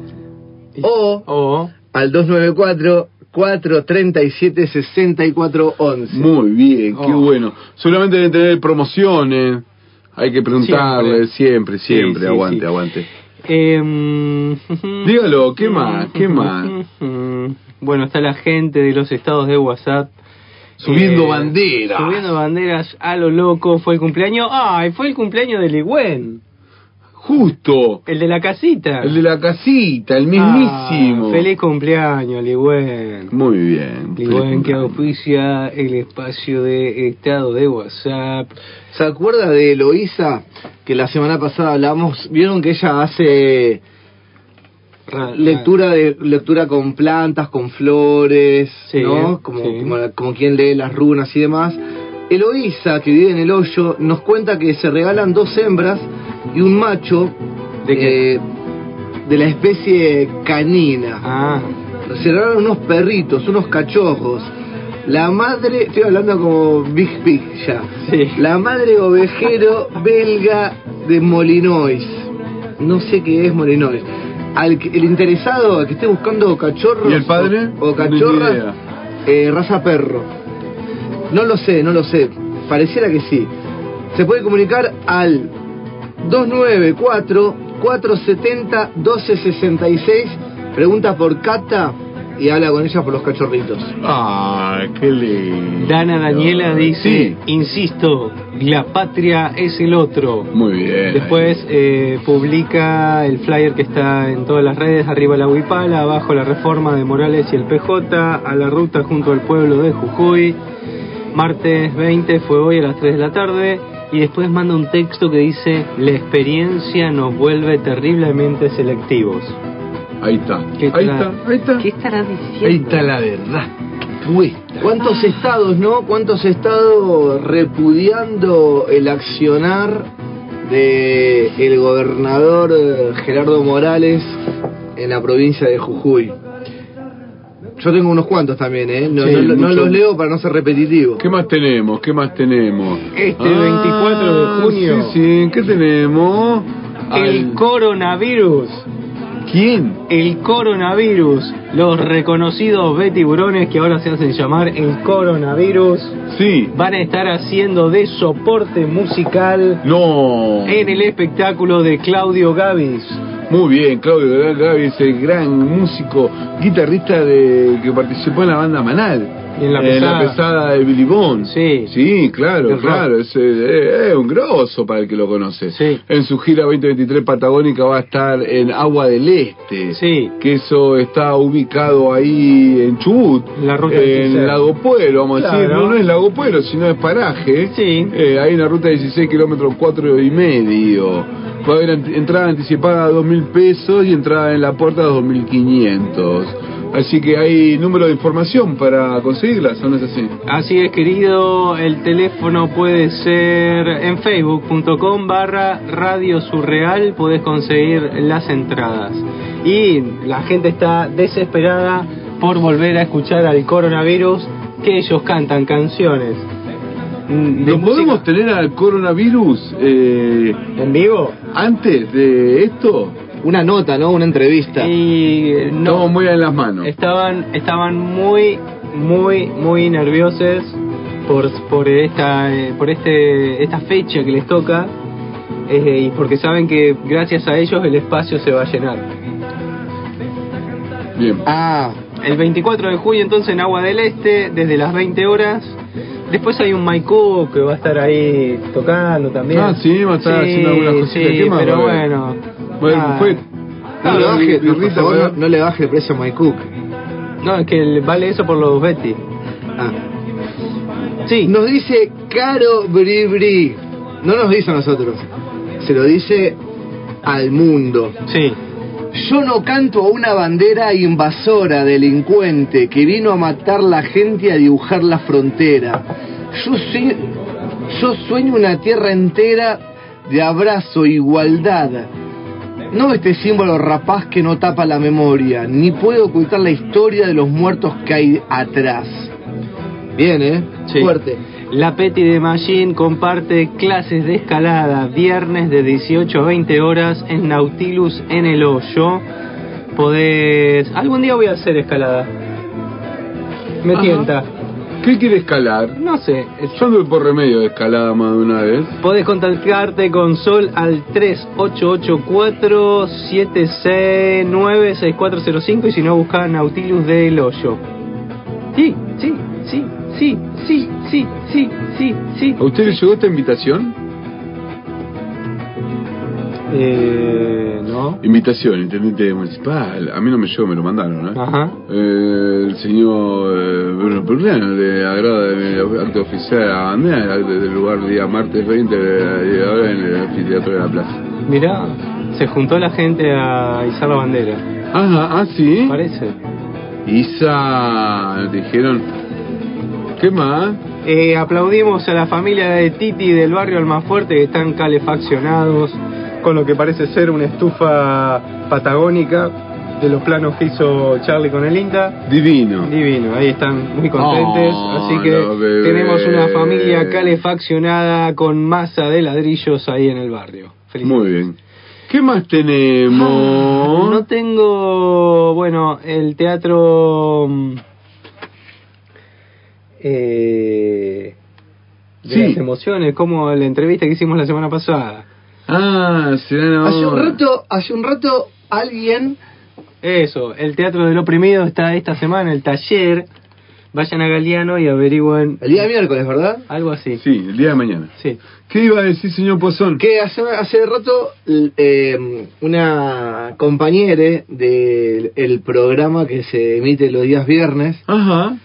Speaker 4: o, al 294-437-6411.
Speaker 2: Muy bien,
Speaker 3: Oh.
Speaker 2: qué bueno. Seguramente deben tener promociones. Hay que preguntarle siempre, siempre.
Speaker 3: Sí, sí,
Speaker 2: aguante,
Speaker 3: sí.
Speaker 2: aguante.
Speaker 3: Em,
Speaker 2: Dígalo, ¿qué más? ¿Qué más?
Speaker 3: Bueno, está la gente de los estados de WhatsApp.
Speaker 2: Subiendo banderas.
Speaker 3: Eh, Subiendo banderas a lo loco. Fue el cumpleaños. ¡Ay! Fue el cumpleaños de Ligüen.
Speaker 2: Justo.
Speaker 3: El de la casita.
Speaker 2: El de la casita, el mismísimo.
Speaker 3: Ah, feliz cumpleaños, Ligüen.
Speaker 2: Muy bien.
Speaker 3: Ligüen que auspicia el espacio de estado de WhatsApp.
Speaker 4: ¿Se acuerda de Eloísa? Que la semana pasada hablamos, vieron que ella hace lectura de lectura con plantas, con flores,
Speaker 3: Sí,
Speaker 4: ¿no? Como, como, la- como quien lee las runas y demás. Eloísa, que vive en el hoyo, nos cuenta que se regalan dos hembras y un macho
Speaker 3: ¿De qué? Ah,
Speaker 4: eh, de la especie canina. Se regalaron unos perritos, unos cachorros. La madre, estoy hablando como Big Pig ya. La madre ovejero belga de Molinois. No sé qué es Molinois. Al que- el interesado al que esté buscando cachorros.
Speaker 2: ¿Y el padre?
Speaker 4: O, o
Speaker 2: No
Speaker 4: cachorras,
Speaker 2: tengo idea.
Speaker 4: eh, raza perro. No lo sé, no lo sé. Pareciera que sí. Se puede comunicar al 294-470-1266. Pregunta por Cata y habla con ella por los cachorritos.
Speaker 2: Ah, qué lindo.
Speaker 3: Dana Daniela dice, insisto, la patria es el otro.
Speaker 2: Muy bien.
Speaker 3: Después eh, publica el flyer que está en todas las redes, arriba la Huipala, abajo la reforma de Morales y el PJ, a la ruta junto al pueblo de Jujuy. Martes 20 fue hoy a las 3 de la tarde y después manda un texto que dice, la experiencia nos vuelve terriblemente selectivos.
Speaker 2: Ahí está.
Speaker 3: ¿Qué
Speaker 2: Ahí
Speaker 3: tra-
Speaker 2: está, ahí está.
Speaker 13: ¿Qué estará diciendo?
Speaker 2: Ahí está la verdad.
Speaker 4: ¿Cuántos estados, no? ¿Cuántos estados repudiando el accionar de el gobernador eh, Gerardo Morales en la provincia de Jujuy? Yo tengo unos cuantos también, ¿eh? No,
Speaker 2: Sí,
Speaker 4: no- no
Speaker 2: mucho.
Speaker 4: los leo para no ser repetitivo.
Speaker 2: ¿Qué más tenemos? ¿Qué más tenemos?
Speaker 3: Este
Speaker 2: Ah,
Speaker 3: 24 de junio,
Speaker 2: Sí, sí. ¿Qué tenemos?
Speaker 3: el coronavirus.
Speaker 2: ¿Quién?
Speaker 3: El coronavirus. Los reconocidos betiburones que ahora se hacen llamar el coronavirus.
Speaker 2: Sí.
Speaker 3: Van a estar haciendo de soporte musical.
Speaker 2: No.
Speaker 3: En el espectáculo de Claudio Gavis.
Speaker 2: Muy bien, Claudio Gaby es el gran músico, guitarrista de que participó en la banda Manal.
Speaker 3: Y en la
Speaker 2: Eh,
Speaker 3: pesada.
Speaker 2: de Billy Bones. Sí. claro,
Speaker 3: El rock.
Speaker 2: claro. Es, eh, eh, es un grosso para el que lo conoce. En su gira 2023 Patagónica va a estar en Agua del Este.
Speaker 3: Sí.
Speaker 2: Que eso está ubicado ahí en Chubut.
Speaker 3: La ruta
Speaker 2: En
Speaker 3: 16.
Speaker 2: Lago Pueblo, vamos a decir.
Speaker 3: Claro.
Speaker 2: No, no es Lago Pueblo, sino es paraje. Sí. hay una ruta de 16 kilómetros, cuatro y medio. Va a haber ant- entrada anticipada a 2.000 pesos y entrada en la puerta a 2.500. Así que hay número de información para conseguirlas, ¿o no es así?
Speaker 3: Así es, querido, el teléfono puede ser en facebook.com barra radio surreal, podés conseguir las entradas. Y la gente está desesperada por volver a escuchar al coronavirus, que ellos cantan canciones.
Speaker 2: ¿Lo podemos tener al coronavirus en
Speaker 3: vivo?
Speaker 2: Antes de esto.
Speaker 4: Una nota, ¿no? Una entrevista.
Speaker 3: Y eh, no.
Speaker 2: Estamos muy en las manos.
Speaker 3: Estaban, estaban muy, muy, muy nerviosos por, por esta, eh, por este, esta fecha que les toca eh, y porque saben que gracias a ellos el espacio se va a llenar.
Speaker 2: Bien.
Speaker 3: Ah, el 24 de julio entonces en Agua del Este desde las 20 horas. Después hay un Maikú que va a estar ahí tocando también.
Speaker 2: Ah, sí, va a estar
Speaker 3: Sí,
Speaker 2: haciendo algunas cositas.
Speaker 3: sí,
Speaker 2: ¿Qué más
Speaker 3: pero
Speaker 2: va a haber?
Speaker 3: bueno.
Speaker 2: Bueno,
Speaker 3: nada.
Speaker 2: fue-
Speaker 4: No le baje, no, por
Speaker 2: Birrita,
Speaker 4: favor,
Speaker 2: ¿verdad?
Speaker 4: no, no le baje el precio a My Cook.
Speaker 3: No, es que el- vale eso por los Betty. Sí.
Speaker 4: Ah. Nos dice Caro Bri Bri. No nos dice a nosotros. Se lo dice al mundo.
Speaker 3: Sí.
Speaker 4: Yo no canto a una bandera invasora, delincuente, que vino a matar la gente y a dibujar la frontera. Yo, sí- yo sueño una tierra entera de abrazo, igualdad. No este símbolo rapaz que no tapa la memoria, ni puede ocultar la historia de los muertos que hay atrás. Bien, ¿eh?
Speaker 3: Sí.
Speaker 4: Fuerte.
Speaker 3: La Peti de Machine comparte clases de escalada viernes de 18 a 20 horas en Nautilus en el hoyo. Podés. Algún día voy a hacer escalada. Me
Speaker 2: Ajá.
Speaker 3: tienta.
Speaker 2: ¿Qué quiere escalar?
Speaker 3: No sé.
Speaker 2: Yo anduve por remedio de escalada más de una vez.
Speaker 3: Podés contactarte con Sol al 3884-769-6405 y si no, busca Nautilus del hoyo. Sí, sí, sí, sí, sí, sí, sí, sí, sí.
Speaker 2: ¿A usted le llegó esta invitación?
Speaker 3: Eh, no.
Speaker 2: Invitación, intendente municipal. A mí no me llegó, me lo mandaron, ¿eh?
Speaker 3: Ajá.
Speaker 2: Eh, el señor eh, Bruno Perliano le agrada el acto oficial a la bandera el acto del lugar día martes 20 de de ahora en el anfiteatro de la plaza.
Speaker 3: Mirá, se juntó la gente a izar la bandera.
Speaker 2: Ah, ah, sí.
Speaker 3: Parece.
Speaker 2: Isa, nos dijeron. ¿Qué más?
Speaker 3: Eh, aplaudimos a la familia de Titi del barrio Almafuerte que están calefaccionados con lo que parece ser una estufa patagónica de los planos que hizo Charlie con el Inca.
Speaker 2: Divino.
Speaker 3: Divino, ahí están muy contentes.
Speaker 2: Oh,
Speaker 3: Así que
Speaker 2: los bebés.
Speaker 3: tenemos una familia calefaccionada con masa de ladrillos ahí en el barrio.
Speaker 2: Muy bien. ¿Qué más tenemos?
Speaker 3: No tengo, bueno, el teatro... mm, eh, de
Speaker 2: Sí.
Speaker 3: las emociones, como la entrevista que hicimos la semana pasada.
Speaker 2: Ah, será
Speaker 4: Hace un rato, hace un rato alguien
Speaker 3: Eso, el Teatro del Oprimido está esta semana, el taller. Vayan a Galeano y averigüen...
Speaker 4: El día miércoles, ¿verdad?
Speaker 3: Algo así.
Speaker 2: Sí, el día de mañana.
Speaker 3: Sí.
Speaker 2: ¿Qué iba a decir, señor Pozón?
Speaker 4: Que hace, hace rato l- eh, una compañera del el programa que se emite los días viernes
Speaker 2: Ajá.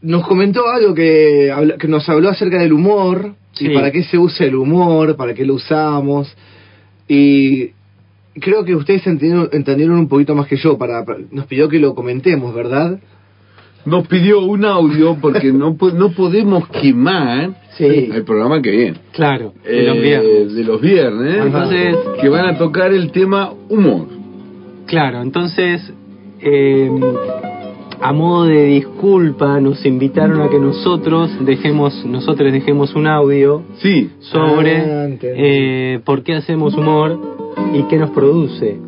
Speaker 4: nos comentó algo que, habla- que nos habló acerca del humor
Speaker 3: Sí.
Speaker 4: y para qué se usa el humor, para qué lo usamos. Y creo que ustedes entendieron, entendieron un poquito más que yo. Para, para- nos pidió que lo comentemos, ¿verdad?
Speaker 2: Nos pidió un audio porque no, po- no podemos quemar
Speaker 4: Sí.
Speaker 2: el programa que viene.
Speaker 3: Claro,
Speaker 2: Eh,
Speaker 3: de los viernes.
Speaker 2: de los viernes,
Speaker 3: Entonces-
Speaker 2: que van a tocar el tema humor.
Speaker 3: Claro, entonces, eh, a modo de disculpa, nos invitaron a que nosotros dejemos, nosotros dejemos un audio
Speaker 2: Sí.
Speaker 3: sobre
Speaker 4: Ah, entiendo.
Speaker 3: eh, por qué hacemos humor y qué nos produce.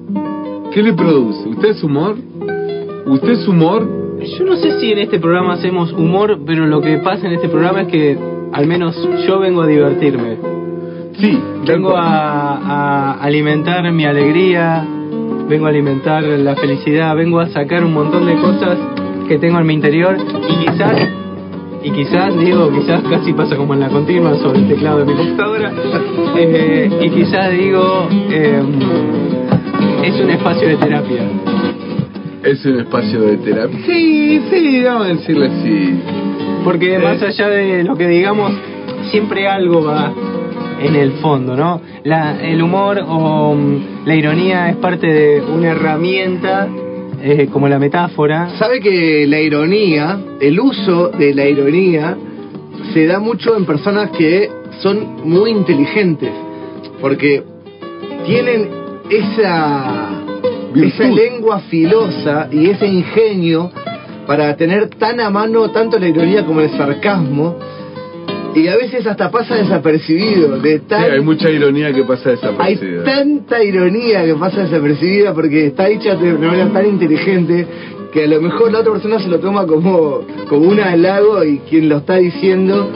Speaker 2: ¿Qué le produce? ¿Usted es humor? ¿Usted es humor?
Speaker 3: Yo no sé si en este programa hacemos humor, pero lo que pasa en este programa es que al menos yo vengo a divertirme.
Speaker 2: Sí.
Speaker 3: Vengo a, a alimentar mi alegría, vengo a alimentar la felicidad, vengo a sacar un montón de cosas que tengo en mi interior y quizás, y quizás, digo, quizás casi pasa como en la continua sobre el teclado de mi computadora, eh, y quizás digo, eh, es un espacio de terapia.
Speaker 2: Es un espacio de terapia.
Speaker 3: Sí, sí, vamos a
Speaker 2: decirlo así.
Speaker 3: Porque más allá de lo que digamos, siempre algo va en el fondo, ¿no? La- el humor o mm, la ironía es parte de una herramienta eh, como la metáfora.
Speaker 4: ¿Sabe que la ironía, el uso de la ironía, se da mucho en personas que son muy inteligentes? Porque tienen esa, esa lengua filosa y ese ingenio para tener tan a mano tanto la ironía como el sarcasmo. Y a veces hasta pasa desapercibido, de
Speaker 2: Sí,
Speaker 4: tan
Speaker 2: hay mucha ironía que pasa
Speaker 4: hay
Speaker 2: desaparecida.
Speaker 4: tanta ironía que pasa desapercibida porque está hecha de una manera tan inteligente que a lo mejor la otra persona se lo toma como, como un halago y quien lo está diciendo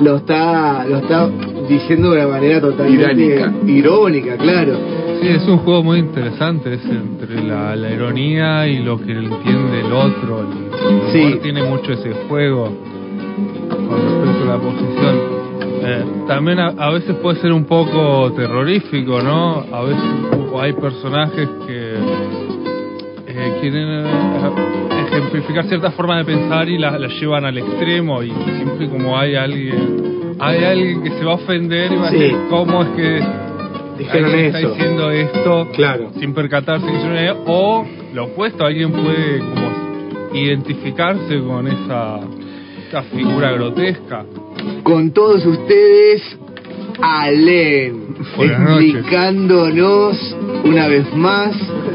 Speaker 4: lo está, lo está diciendo de una manera totalmente
Speaker 5: Iránica.
Speaker 4: irónica, claro.
Speaker 5: Sí, es un juego muy interesante ese entre la, la ironía y lo que entiende el otro. El
Speaker 4: Sí.
Speaker 5: humor tiene mucho ese juego con respecto a la posición. Eh, también a, a veces puede ser un poco terrorífico, ¿no? A veces o hay personajes que eh, quieren eh, ejemplificar ciertas formas de pensar y las las llevan al extremo y siempre como hay alguien hay alguien que se va a ofender y va
Speaker 4: Sí.
Speaker 5: a decir cómo es que
Speaker 4: Dijeron
Speaker 5: alguien está
Speaker 4: eso.
Speaker 5: diciendo esto sin percatarse que es una idea, o lo opuesto alguien puede como identificarse con esa, esa figura grotesca
Speaker 4: Con todos ustedes, Alem,
Speaker 5: Buenas noches.
Speaker 4: explicándonos una vez más.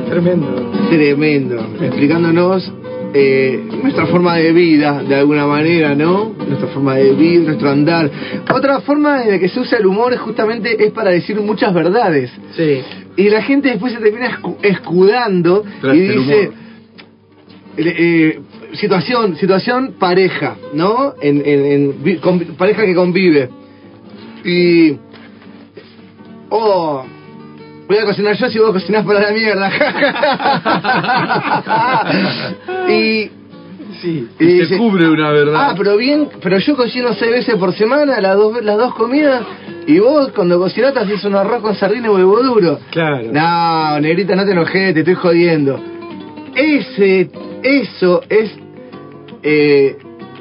Speaker 4: Tremendo. Tremendo. Explicándonos eh, nuestra forma de vida, de alguna manera, ¿no? Nuestra forma de vivir, nuestro andar. Otra forma en la que se usa el humor es justamente es para decir muchas verdades. Sí. Y la gente después se termina escu- escudando
Speaker 2: Tras
Speaker 4: y
Speaker 2: el
Speaker 4: dice,
Speaker 2: humor.
Speaker 4: eh, eh, situación, situación pareja, ¿no? En, en- en vi- con- pareja que convive. Y. Oh, voy a cocinar yo si vos cocinás para la mierda. y.
Speaker 3: Sí.
Speaker 4: Y
Speaker 2: Y
Speaker 4: dice,
Speaker 2: se cubre una verdad.
Speaker 4: Ah, pero bien, pero yo cocino seis veces por semana, las dos, las dos comidas. Y vos, cuando cocinás, te haces un arroz con sardina y huevo duro.
Speaker 3: Claro.
Speaker 4: No, negrita, no te enojes, te estoy jodiendo. Ese, eso es eh,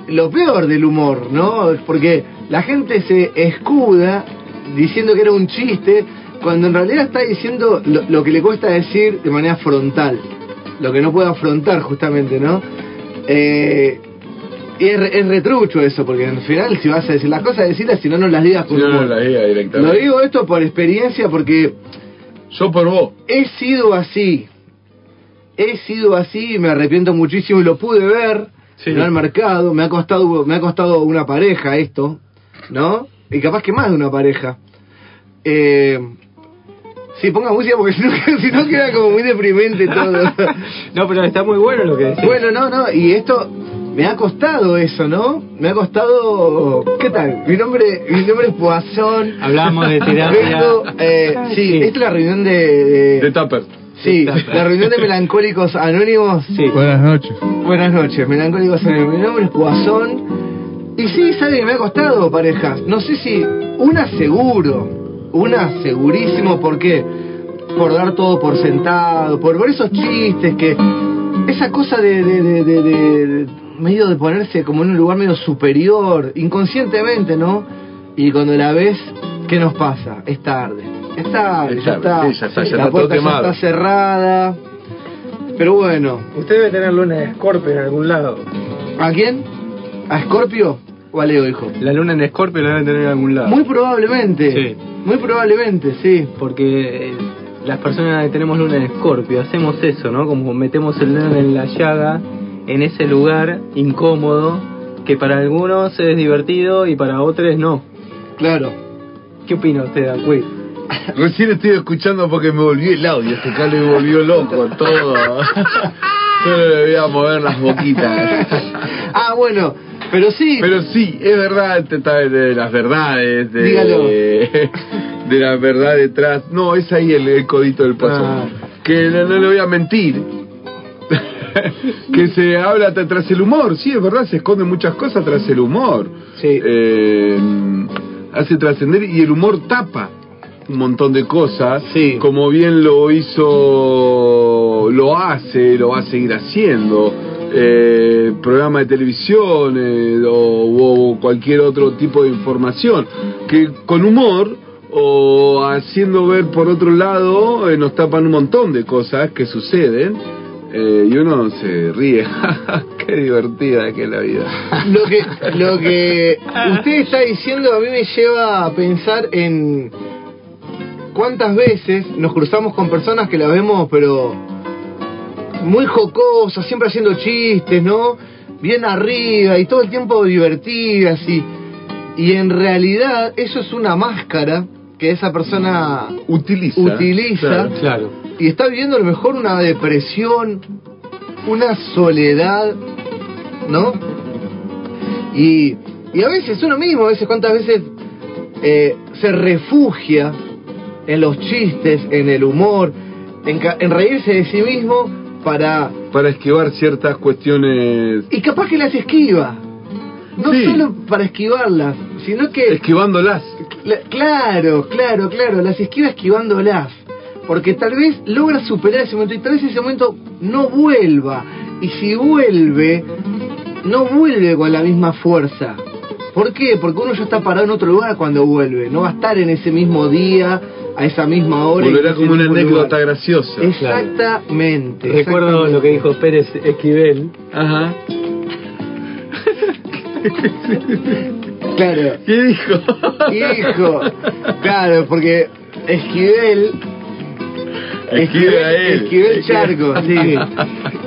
Speaker 4: lo peor del humor, ¿no? Porque la gente se escuda diciendo que era un chiste, cuando en realidad está diciendo lo, lo que le cuesta decir de manera frontal, lo que no puede afrontar justamente, ¿no? Eh, y es, re- es retrucho eso, porque al final si vas a decir las cosas, decirlas, si no, no las digas.
Speaker 2: Si
Speaker 4: por
Speaker 2: no, no
Speaker 4: humor.
Speaker 2: la diga
Speaker 4: Lo
Speaker 2: directamente.
Speaker 4: digo esto por experiencia porque...
Speaker 2: Yo por vos.
Speaker 4: He sido así. He sido así y me arrepiento muchísimo y lo pude ver en el mercado. Me ha costado me ha costado una pareja esto, ¿no? Y capaz que más de una pareja. Eh, sí, ponga música porque si no, si no queda como muy deprimente todo.
Speaker 3: No, pero está muy bueno lo que decís.
Speaker 4: Bueno, no, no, y esto me ha costado eso, ¿no? Me ha costado. ¿Qué tal? Mi nombre, mi nombre es Poazón.
Speaker 3: Hablamos de terapia.
Speaker 4: Vengo, eh, sí, esta es la reunión de. de-
Speaker 2: De Tupper.
Speaker 4: sí, la reunión de melancólicos anónimos.
Speaker 5: buenas noches
Speaker 4: Buenas noches, melancólicos anónimos. Mi nombre es Poazón. Y sí, sabe que me ha costado parejas. No sé si. Una seguro. Una segurísimo, ¿por qué? Por dar todo por sentado, por, por esos chistes que esa cosa de, de, de- de- de- medio de ponerse como en un lugar medio superior, inconscientemente, ¿no? Y cuando la ves, ¿qué nos pasa? Es tarde. Es tarde,
Speaker 2: Es
Speaker 4: ya,
Speaker 2: tarde,
Speaker 4: está.
Speaker 2: sí, ya está,
Speaker 4: la
Speaker 2: ya está
Speaker 4: puerta
Speaker 2: todo quemado.
Speaker 4: ya está cerrada. Pero bueno.
Speaker 3: Usted debe tener luna de Scorpio en algún lado.
Speaker 4: ¿A quién? ¿A Scorpio o a Leo, hijo?
Speaker 3: La luna en Scorpio la debe tener en algún lado.
Speaker 4: Muy probablemente.
Speaker 3: Sí.
Speaker 4: Muy probablemente, sí.
Speaker 3: Porque eh, las personas que tenemos luna en Escorpio hacemos eso, ¿no? Como metemos el dedo en la llaga, en ese lugar incómodo, que para algunos es divertido y para otros no.
Speaker 4: Claro.
Speaker 3: ¿Qué opina usted, Acuí?
Speaker 2: Recién estoy escuchando porque me volvió el audio. Este cable me volvió loco todo. Yo le voy a mover las boquitas.
Speaker 4: Ah, bueno, pero sí.
Speaker 2: Pero sí, es verdad, te- ta- de las verdades. De,
Speaker 4: Dígalo.
Speaker 2: De, la verdad detrás. No, es ahí el, el codito del paso. Que no, no le voy a mentir. que se habla tra- tras el humor, sí, es verdad, se esconden muchas cosas tras el humor. Eh, hace trascender y el humor tapa un montón de cosas, como bien lo hizo, lo hace, lo va a seguir haciendo. eh, programa de televisión eh, o, o cualquier otro tipo de información que con humor o haciendo ver por otro lado eh, nos tapan un montón de cosas que suceden eh, y uno se ríe. Qué divertida que es la vida.
Speaker 4: Lo que, lo que usted está diciendo a mí me lleva a pensar en cuántas veces nos cruzamos con personas que las vemos, pero muy jocosas, siempre haciendo chistes, ¿no? Bien arriba y todo el tiempo divertidas y, y en realidad eso es una máscara que esa persona
Speaker 2: utiliza.
Speaker 4: utiliza
Speaker 2: Claro, claro.
Speaker 4: y está viviendo a lo mejor una depresión, una soledad, ¿no? Y, y a veces uno mismo, a veces cuántas veces eh, se refugia en los chistes, en el humor, en, ca- en reírse de sí mismo para...
Speaker 2: Para esquivar ciertas cuestiones
Speaker 4: Y capaz que las esquiva. No solo para esquivarlas, sino que...
Speaker 2: Esquivándolas.
Speaker 4: Cla- Claro, claro, claro, las esquiva esquivándolas. Porque tal vez logra superar ese momento y tal vez ese momento no vuelva. Y si vuelve, no vuelve con la misma fuerza. ¿Por qué? Porque uno ya está parado en otro lugar cuando vuelve. No va a estar en ese mismo día, a esa misma hora. y en
Speaker 2: volverá
Speaker 4: ese
Speaker 2: como una
Speaker 4: mismo lugar.
Speaker 2: anécdota graciosa.
Speaker 4: Exactamente.
Speaker 3: Recuerdo lo que dijo Pérez Esquivel.
Speaker 2: Ajá.
Speaker 4: Claro.
Speaker 2: ¿Qué dijo?
Speaker 4: ¿Qué dijo? Claro, porque Esquivel.
Speaker 2: Esquive a él.
Speaker 4: Esquivel Charco, sí.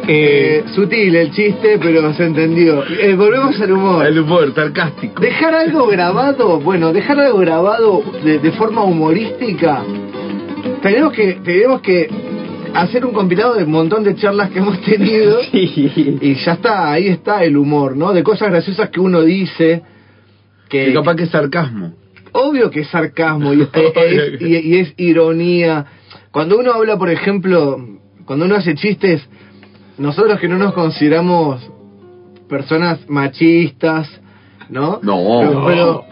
Speaker 4: Eh, sutil el chiste, pero se entendió. Eh, volvemos al humor.
Speaker 2: El humor, sarcástico.
Speaker 4: Dejar algo grabado, bueno, dejar algo grabado de, de forma humorística. Tenemos que, tenemos que hacer un compilado de un montón de charlas que hemos tenido. Y ya está, ahí está el humor, ¿no? De cosas graciosas que uno dice. Que,
Speaker 2: Y capaz que es sarcasmo.
Speaker 4: Obvio que es sarcasmo y, eh, es, y- y es ironía. Cuando uno habla, por ejemplo, cuando uno hace chistes, nosotros que no nos consideramos personas machistas, ¿no?
Speaker 2: No.
Speaker 4: Pero,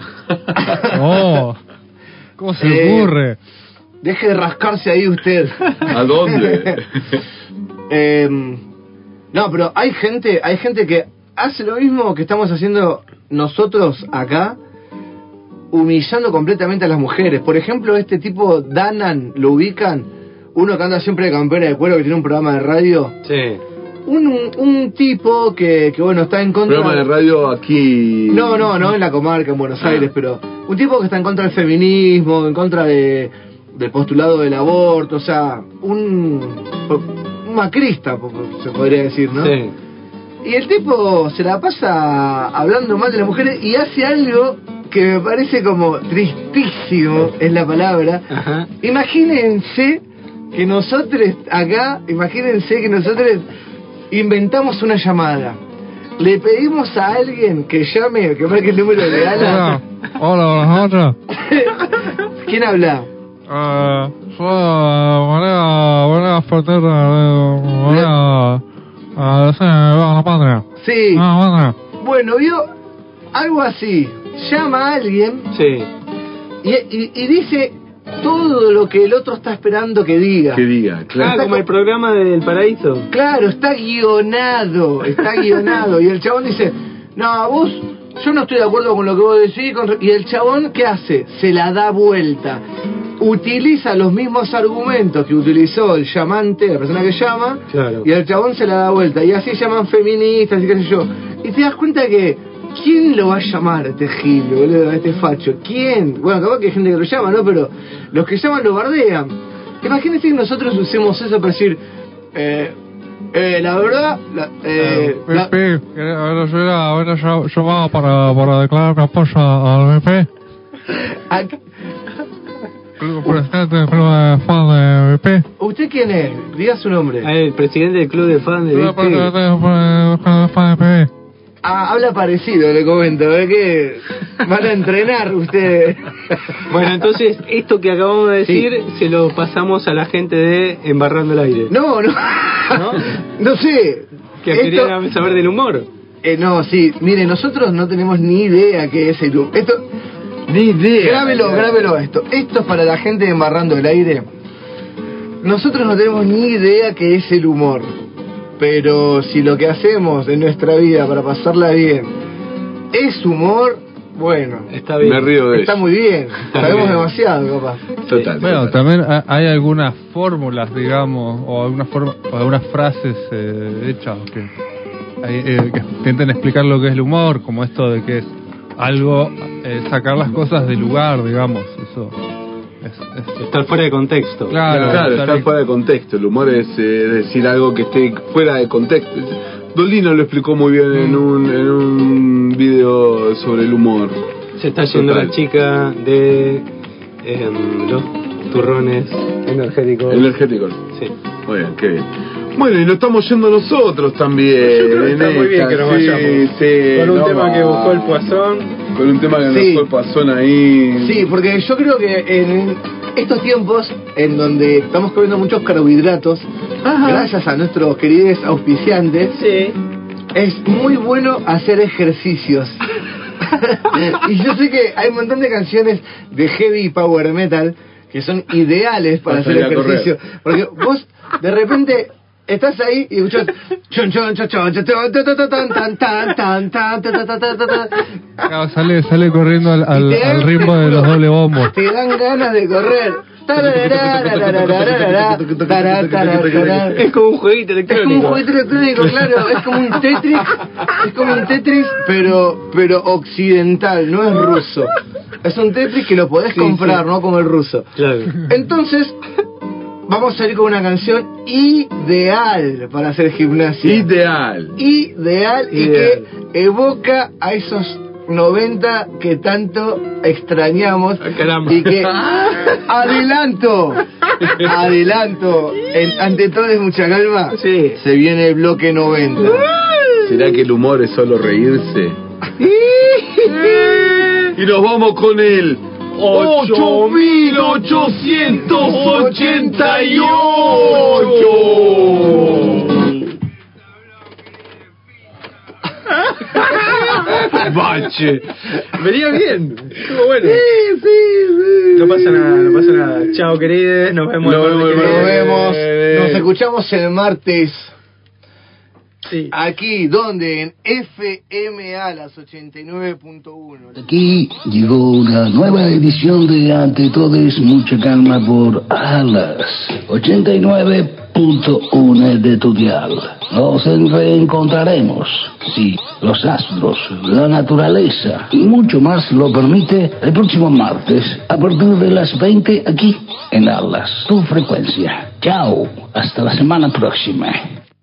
Speaker 16: No. ¿Cómo se
Speaker 4: Eh,
Speaker 16: le ocurre?
Speaker 4: deje de rascarse ahí usted.
Speaker 2: ¿A dónde?
Speaker 4: Eh, no, pero hay gente, hay gente que hace lo mismo que estamos haciendo nosotros acá, humillando completamente a las mujeres. Por ejemplo, este tipo Danan, lo ubican, uno que anda siempre de campera de cuero que tiene un programa de radio.
Speaker 3: Sí.
Speaker 4: Un, un tipo que, que, bueno, está en contra...
Speaker 2: Programa de radio aquí.
Speaker 4: No, no, no en la comarca, en Buenos Aires, pero un tipo que está en contra del feminismo, en contra de, del postulado del aborto, o sea, un, un macrista, po- po- se podría decir, ¿no?
Speaker 3: Sí.
Speaker 4: Y el tipo se la pasa hablando mal de las mujeres y hace algo que me parece como tristísimo, es la palabra.
Speaker 3: Ajá.
Speaker 4: Imagínense que nosotros acá, imagínense que nosotros inventamos una llamada. Le pedimos a alguien que llame, que marque el número de
Speaker 16: Hola,
Speaker 4: Alan.
Speaker 16: hola, nosotros.
Speaker 4: ¿Quién habla?
Speaker 16: Eh, soy eh, María, María Fernández, eh, María, eh, sí, Baja la patria.
Speaker 4: Sí.
Speaker 16: Baja la patria.
Speaker 4: Bueno, vio algo así. Llama a alguien
Speaker 3: Sí.
Speaker 4: y, y- y dice todo lo que el otro está esperando que diga.
Speaker 2: Que diga,
Speaker 3: Ah,
Speaker 2: claro.
Speaker 3: como el programa del paraíso.
Speaker 4: Claro, está guionado, está guionado. Y el chabón dice, no, vos, yo no estoy de acuerdo con lo que vos decís. con- Y el chabón, ¿qué hace? Se la da vuelta. Utiliza los mismos argumentos que utilizó el llamante, la persona que llama,
Speaker 3: Claro.
Speaker 4: y el chabón se la da vuelta. Y así llaman feministas y qué sé yo. Y te das cuenta que, ¿quién lo va a llamar a este gil, boludo, a este facho? ¿Quién? Bueno, capaz que hay gente que lo llama, ¿no? Pero los que llaman lo bardean. Imagínense que nosotros usemos eso para decir, eh, eh, la verdad, la, eh, la-
Speaker 16: Pepe, ¿querés haber sido- haber llam- llamado para, para declarar mi apoyo al PP?
Speaker 4: ¿a-
Speaker 16: Club presidente del club de fan de BP.
Speaker 4: ¿usted quién es? Diga su nombre.
Speaker 3: Ah, El presidente del club de fans de
Speaker 16: Club presidente
Speaker 3: BP.
Speaker 16: del club de fan de BP.
Speaker 4: Ah, habla parecido, le comento, es que van a entrenar ustedes.
Speaker 3: Bueno, entonces, esto que acabamos de decir se lo pasamos a la gente de Embarrando el Aire.
Speaker 4: No, no. No sé.
Speaker 3: Que
Speaker 4: Esto-
Speaker 3: querían saber del humor.
Speaker 4: Eh, no, sí, mire, nosotros no tenemos ni idea qué es el humor. Esto.
Speaker 2: Ni idea.
Speaker 4: Grábelo, grábelo esto. Esto es para la gente de embarrando el aire. Nosotros no tenemos ni idea qué es el humor. Pero si lo que hacemos en nuestra vida para pasarla bien es humor, bueno.
Speaker 3: Está
Speaker 2: bien. Me río de
Speaker 4: Está
Speaker 2: ello.
Speaker 4: muy bien.
Speaker 2: Está
Speaker 4: Sabemos
Speaker 2: bien.
Speaker 4: demasiado, capaz.
Speaker 2: Total.
Speaker 16: Bueno,
Speaker 2: total.
Speaker 16: también ha- hay algunas fórmulas, digamos, o algunas forma- o algunas frases eh, hechas que, hay, eh, que intentan explicar lo que es el humor, como esto de que es algo, eh, sacar las cosas del lugar, digamos, eso.
Speaker 3: Estar fuera de contexto.
Speaker 16: Claro,
Speaker 2: claro,
Speaker 16: está
Speaker 2: está
Speaker 16: bien.
Speaker 2: fuera de contexto. El humor es eh, decir algo que esté fuera de contexto. Dolino lo explicó muy bien en
Speaker 4: Mm.
Speaker 2: un, en un video sobre el humor.
Speaker 3: Se está yendo
Speaker 2: Total.
Speaker 3: la chica de em, los turrones energéticos.
Speaker 2: Energético.
Speaker 3: Sí.
Speaker 2: Muy bien, qué bien. Bueno, y nos estamos yendo nosotros también.
Speaker 3: Yo creo que
Speaker 2: en
Speaker 3: está muy bien
Speaker 2: esta,
Speaker 3: que nos
Speaker 2: sí,
Speaker 3: vayamos.
Speaker 2: sí,
Speaker 3: Con un
Speaker 2: no
Speaker 3: tema
Speaker 2: va.
Speaker 3: que buscó el Poisson.
Speaker 2: Con un tema que
Speaker 4: Sí.
Speaker 2: nos fue el Poisson ahí.
Speaker 4: Sí, porque yo creo que en estos tiempos en donde estamos comiendo muchos carbohidratos, gracias a nuestros queridos auspiciantes, es muy bueno hacer ejercicios. y yo sé que hay un montón de canciones de heavy power metal que son ideales para
Speaker 2: Para
Speaker 4: hacer
Speaker 2: salir a correr.
Speaker 4: ejercicio. Porque vos de repente estás ahí y escuchas chon chon chon chon chon chon, tan, tan, tan, tan, tan, tan, tan, tan, tan, tan, tan.
Speaker 16: Claro, sale, sale corriendo al, al-
Speaker 4: Y te
Speaker 16: al
Speaker 4: dan-
Speaker 16: ritmo de los doble bombos.
Speaker 4: Te dan ganas de correr. Tarararararararara, tarararararara.
Speaker 3: Es como un jueguito
Speaker 4: Es
Speaker 3: electrónico.
Speaker 4: como un juguete electrónico, claro, es como un Tetris, es como un Tetris, pero pero occidental, no es ruso. Es un Tetris que lo podés comprar, no como el ruso. Entonces, vamos a salir con una canción ideal para hacer gimnasia.
Speaker 2: Ideal.
Speaker 4: Ideal y
Speaker 2: Ideal.
Speaker 4: que evoca a esos 90 que tanto extrañamos
Speaker 3: caramba.
Speaker 4: y que adelanto adelanto en- ante todo es mucha calma se viene el bloque 90
Speaker 2: ¿Será que el humor es solo reírse? y nos vamos con el 8888.
Speaker 3: Bache. Venía bien. Estuvo bueno. Sí, sí, No pasa nada, no pasa nada. Chao, queridos. Nos vemos.
Speaker 2: Nos vemos,
Speaker 4: nos
Speaker 2: Eh.
Speaker 4: vemos nos escuchamos el martes aquí donde en FMA las 89.1
Speaker 1: Aquí llegó una nueva edición de Ante Todo es Mucha Calma por Alas 89.1 de tu dial. Nos reencontraremos si los astros, la naturaleza y mucho más lo permite el próximo martes a partir de las 20 aquí en Alas, tu frecuencia. Chao, hasta la semana próxima.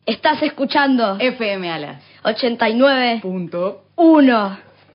Speaker 17: Estás escuchando FM Alas 89.1.